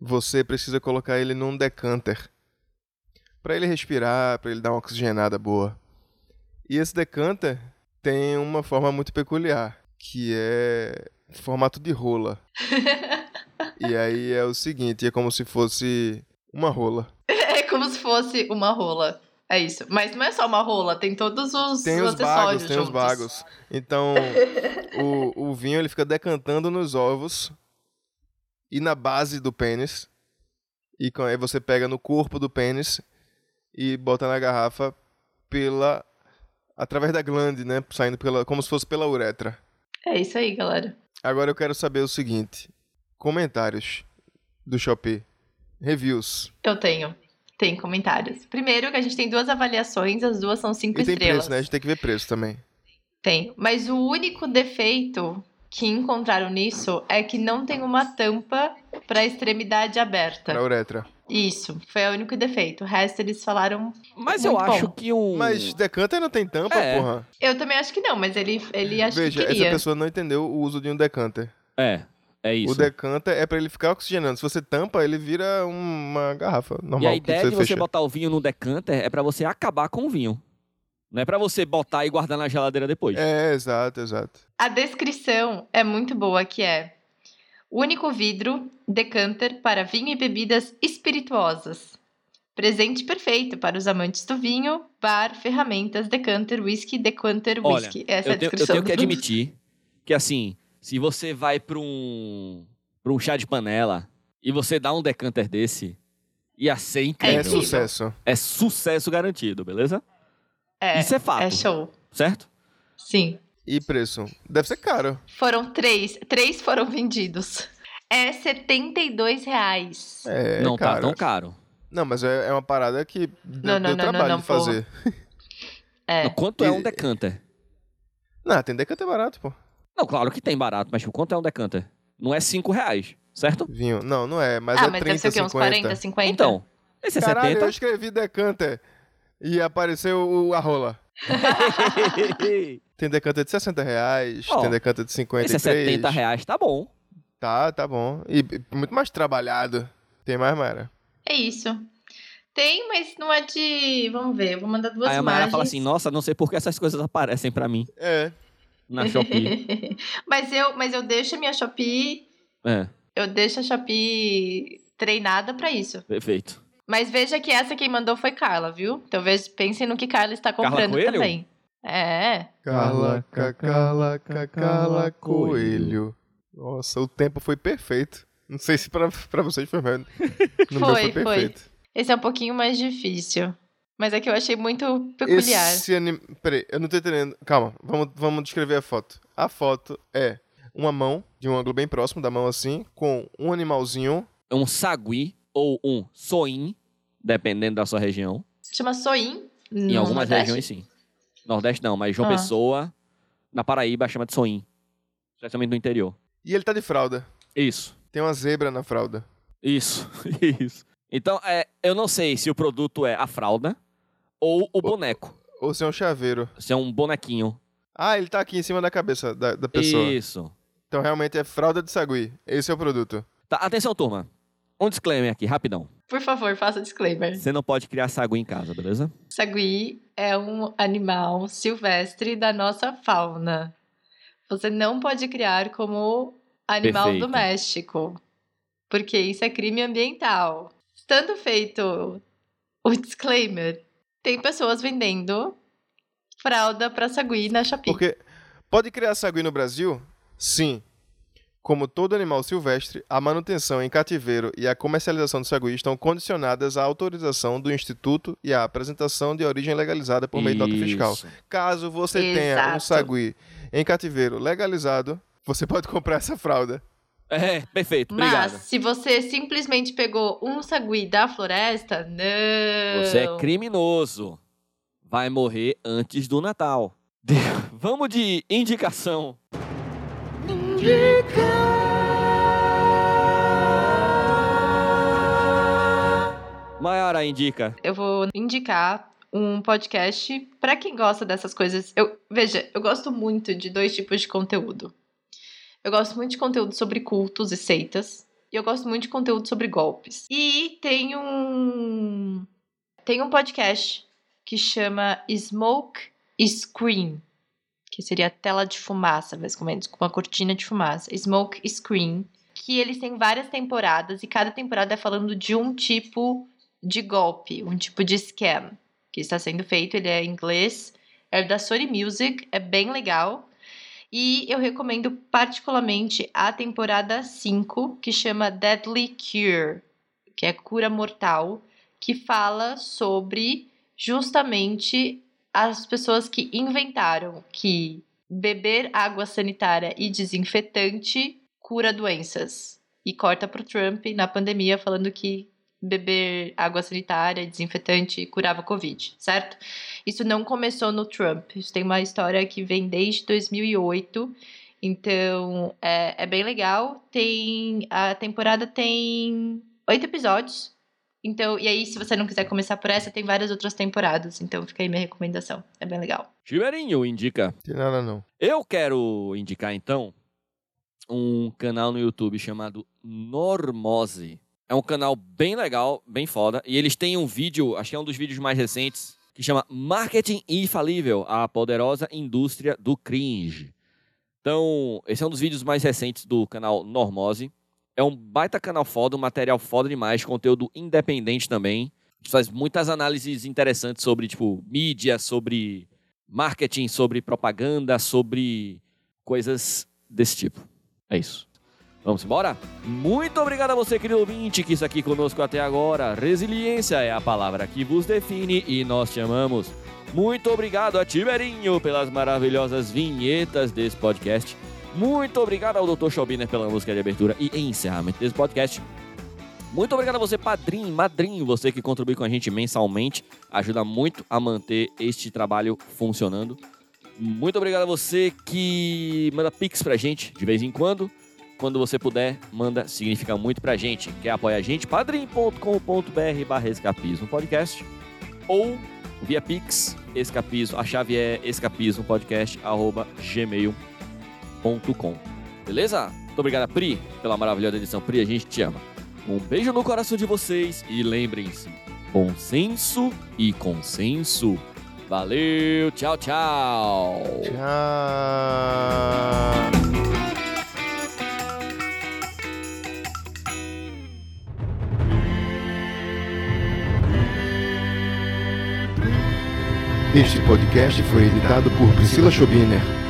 B: você precisa colocar ele num decanter. Pra ele respirar, pra ele dar uma oxigenada boa. E esse decanter tem uma forma muito peculiar, que é formato de rola. E aí é o seguinte, é como se fosse uma rola.
C: É como se fosse uma rola. É isso. Mas não é só uma rola, tem todos os
B: Tem os
C: acessórios
B: bagos, tem os
C: juntos.
B: bagos. Então, o, o vinho ele fica decantando nos ovos e na base do pênis. E com- aí você pega no corpo do pênis e bota na garrafa pela através da glande, né, saindo pela como se fosse pela uretra.
C: É isso aí, galera.
B: Agora eu quero saber o seguinte: comentários do Shopee, reviews
C: Eu tenho. Tem comentários. Primeiro que a gente tem duas avaliações, as duas são cinco
B: e tem
C: estrelas.
B: preço, né? A gente tem que ver preço também.
C: Tem. Mas o único defeito que encontraram nisso é que não tem uma tampa pra extremidade aberta.
B: Pra uretra.
C: Isso, foi o único defeito. O resto eles falaram.
A: Mas
C: Muito
A: eu acho
C: bom.
A: que um.
B: Mas decanter não tem tampa,
A: É.
B: porra.
C: Eu também acho que não, mas ele, ele acho
B: Veja,
C: que
B: essa
C: queria.
B: pessoa não entendeu o uso de um decanter.
A: É, é isso.
B: O decanter é pra ele ficar oxigenando. Se você tampa, ele vira uma garrafa normal.
A: E a
B: que
A: ideia
B: você
A: de você
B: fecha.
A: botar o vinho no decanter é pra você acabar com o vinho. Não é pra você botar e guardar na geladeira depois.
B: É, exato, exato.
C: A descrição é muito boa, que é único vidro, decanter para vinho e bebidas espirituosas. Presente perfeito para os amantes do vinho, bar, ferramentas, decanter, whisky, decanter,
A: Olha,
C: whisky. Essa é a
A: eu, tenho, eu
C: descrição.
A: tenho que admitir que, assim, se você vai pra um, pra um chá de panela e você dá um decanter desse, ia ser
C: É
B: É,
A: incrível.
C: incrível.
B: sucesso.
A: É sucesso garantido, beleza?
C: É,
A: Isso é fato,
C: é show.
A: certo?
C: Sim.
B: E preço? Deve ser caro.
C: Foram três. Três foram vendidos. É R$ 72 reais.
B: É,
A: não
B: caro.
A: tá tão caro.
B: Não, mas é, é uma parada que deu,
C: Não,
B: deu
C: não, não,
B: trabalho
C: não, não,
B: de fazer.
C: É.
A: Não, quanto é um decanter?
B: Não, tem decanter barato, pô.
A: Não, claro que tem barato, mas tipo, quanto é um decanter? Não é 5 reais, certo?
B: Vinho. Não, não é, mas
C: ah,
B: é
C: mas
B: 30,
C: deve ser o
B: 50.
C: quê? Uns 40, 50?
A: Então, esse é
B: Caralho, eu [laughs]
A: 70.
B: escrevi decanter e apareceu o, a rola. Tem decanter de 60 reais,
A: Ó,
B: tem decanter de 53.
A: esse é 70 reais, tá bom.
B: Tá, tá bom. E b- muito mais trabalhado. Tem mais, Mara?
C: É isso. Tem, mas não é de. Vamos ver, eu vou mandar duas
A: Aí a Mayara
C: imagens.
A: fala assim, nossa, não sei por que essas coisas aparecem pra mim
B: É.
C: [laughs]
A: na Shopee.
C: mas, eu, mas eu deixo a minha Shopee.
A: é,
C: Eu deixo a Shopee treinada pra isso.
A: perfeito.
C: Mas veja que essa quem mandou foi Carla, viu? Então veja, pensem no que Carla está
A: Carla
C: comprando
A: Coelho?
C: também. É.
B: Calaca, calaca, cala, coelho. Nossa, o tempo foi perfeito. Não sei se pra, pra vocês foi
C: [laughs]
B: mesmo. No meu
C: Foi,
B: foi
C: foi.
B: perfeito.
C: Esse é um pouquinho mais difícil. Mas é que eu achei muito peculiar.
B: Esse anime... Peraí, eu não tô entendendo. Calma, vamos, vamos descrever a foto. A foto é uma mão, de um ângulo bem próximo da mão assim, com um animalzinho.
A: É Um sagui ou um soin, dependendo da sua região.
C: Chama Soin.
A: Em algumas regiões, sim. Nordeste não, mas João
C: Ah.
A: Pessoa, na Paraíba, chama de soin. Especialmente no interior.
B: E ele tá de fralda.
A: Isso.
B: Tem uma zebra na fralda.
A: Isso, [laughs] isso. Então, é, eu não sei se o produto é a fralda ou o boneco.
B: Ou se é um chaveiro.
A: Se é um bonequinho.
B: Ah, ele tá aqui em cima da cabeça da, da pessoa.
A: Isso.
B: Então realmente é fralda de sagui. Esse é o produto.
A: Tá, atenção, turma. Um disclaimer aqui, rapidão.
C: Por favor, faça disclaimer.
A: Você não pode criar sagui em casa, beleza?
C: Sagui é um animal silvestre da nossa fauna. Você não pode criar como animal
A: Perfeito.
C: doméstico, porque isso é crime ambiental. Estando feito o disclaimer, tem pessoas vendendo fralda para sagui na Shopee.
B: Porque pode criar sagui no Brasil? Sim. Como todo animal silvestre, a manutenção em cativeiro e a comercialização do sagui estão condicionadas à autorização do instituto e à apresentação de origem legalizada por meio de nota fiscal.
A: Isso.
B: Caso você tenha um
C: Exato.
B: sagui em cativeiro legalizado, você pode comprar essa fralda.
A: É, perfeito,
C: Mas
A: obrigado.
C: se você simplesmente pegou um sagui da floresta, não.
A: Você é criminoso. Vai morrer antes do Natal. [laughs] Vamos de indicação. Indica. Maiara indica.
C: eu vou indicar um podcast pra quem gosta dessas coisas. Eu veja, eu gosto muito de dois tipos de conteúdo. Eu gosto muito de conteúdo sobre cultos e seitas e eu gosto muito de conteúdo sobre golpes. E tem um tem um podcast que chama Smoke Screen, que seria tela de fumaça, mais ou menos, com uma cortina de fumaça. Smoke Screen, que eles têm várias temporadas e cada temporada é falando de um tipo de golpe, um tipo de scam que está sendo feito. Ele é em inglês, é da Sony Music, é bem legal. E eu recomendo particularmente a temporada 5, que chama Deadly Cure, que é cura mortal, que fala sobre justamente as pessoas que inventaram que beber água sanitária e desinfetante cura doenças. E corta pro Trump na pandemia falando que beber água sanitária, desinfetante e curava Covid, certo? Isso não começou no Trump. Isso tem uma história que vem desde 2008. Então, é, é bem legal. Tem A temporada tem oito episódios. Então, e aí, se você não quiser começar por essa, tem várias outras temporadas. Então, fica aí minha recomendação. É bem legal.
A: Tiberinho indica.
B: Tem nada não.
A: Eu quero indicar então um canal no YouTube chamado Normose. É um canal bem legal, bem foda. E eles têm um vídeo, acho que é um dos vídeos mais recentes, que chama Marketing Infalível A Poderosa Indústria do Cringe. Então, esse é um dos vídeos mais recentes do canal Normose. É um baita canal foda, um material foda demais, conteúdo independente também. Faz muitas análises interessantes sobre, tipo, mídia, sobre marketing, sobre propaganda, sobre coisas desse tipo. É isso. Vamos embora? Muito obrigado a você, querido ouvinte, que está aqui conosco até agora. Resiliência é a palavra que vos define e nós te amamos. Muito obrigado a Tiberinho pelas maravilhosas vinhetas desse podcast. Muito obrigado ao Dr. Schobiner pela música de abertura e encerramento desse podcast. Muito obrigado a você, padrinho, madrinho, você que contribui com a gente mensalmente. Ajuda muito a manter este trabalho funcionando. Muito obrigado a você que manda pix pra gente de vez em quando. Quando você puder, manda, significa muito pra gente. Quer apoiar a gente? padrim.com.br barra escapismo podcast ou via pix, escapismo, a chave é escapismopodcast arroba gmail.com Beleza? Muito obrigado, Pri, pela maravilhosa edição. Pri, a gente te ama. Um beijo no coração de vocês e lembrem-se, bom senso e consenso. Valeu, tchau, tchau.
B: Tchau. Este podcast foi editado por Priscila Schobiner.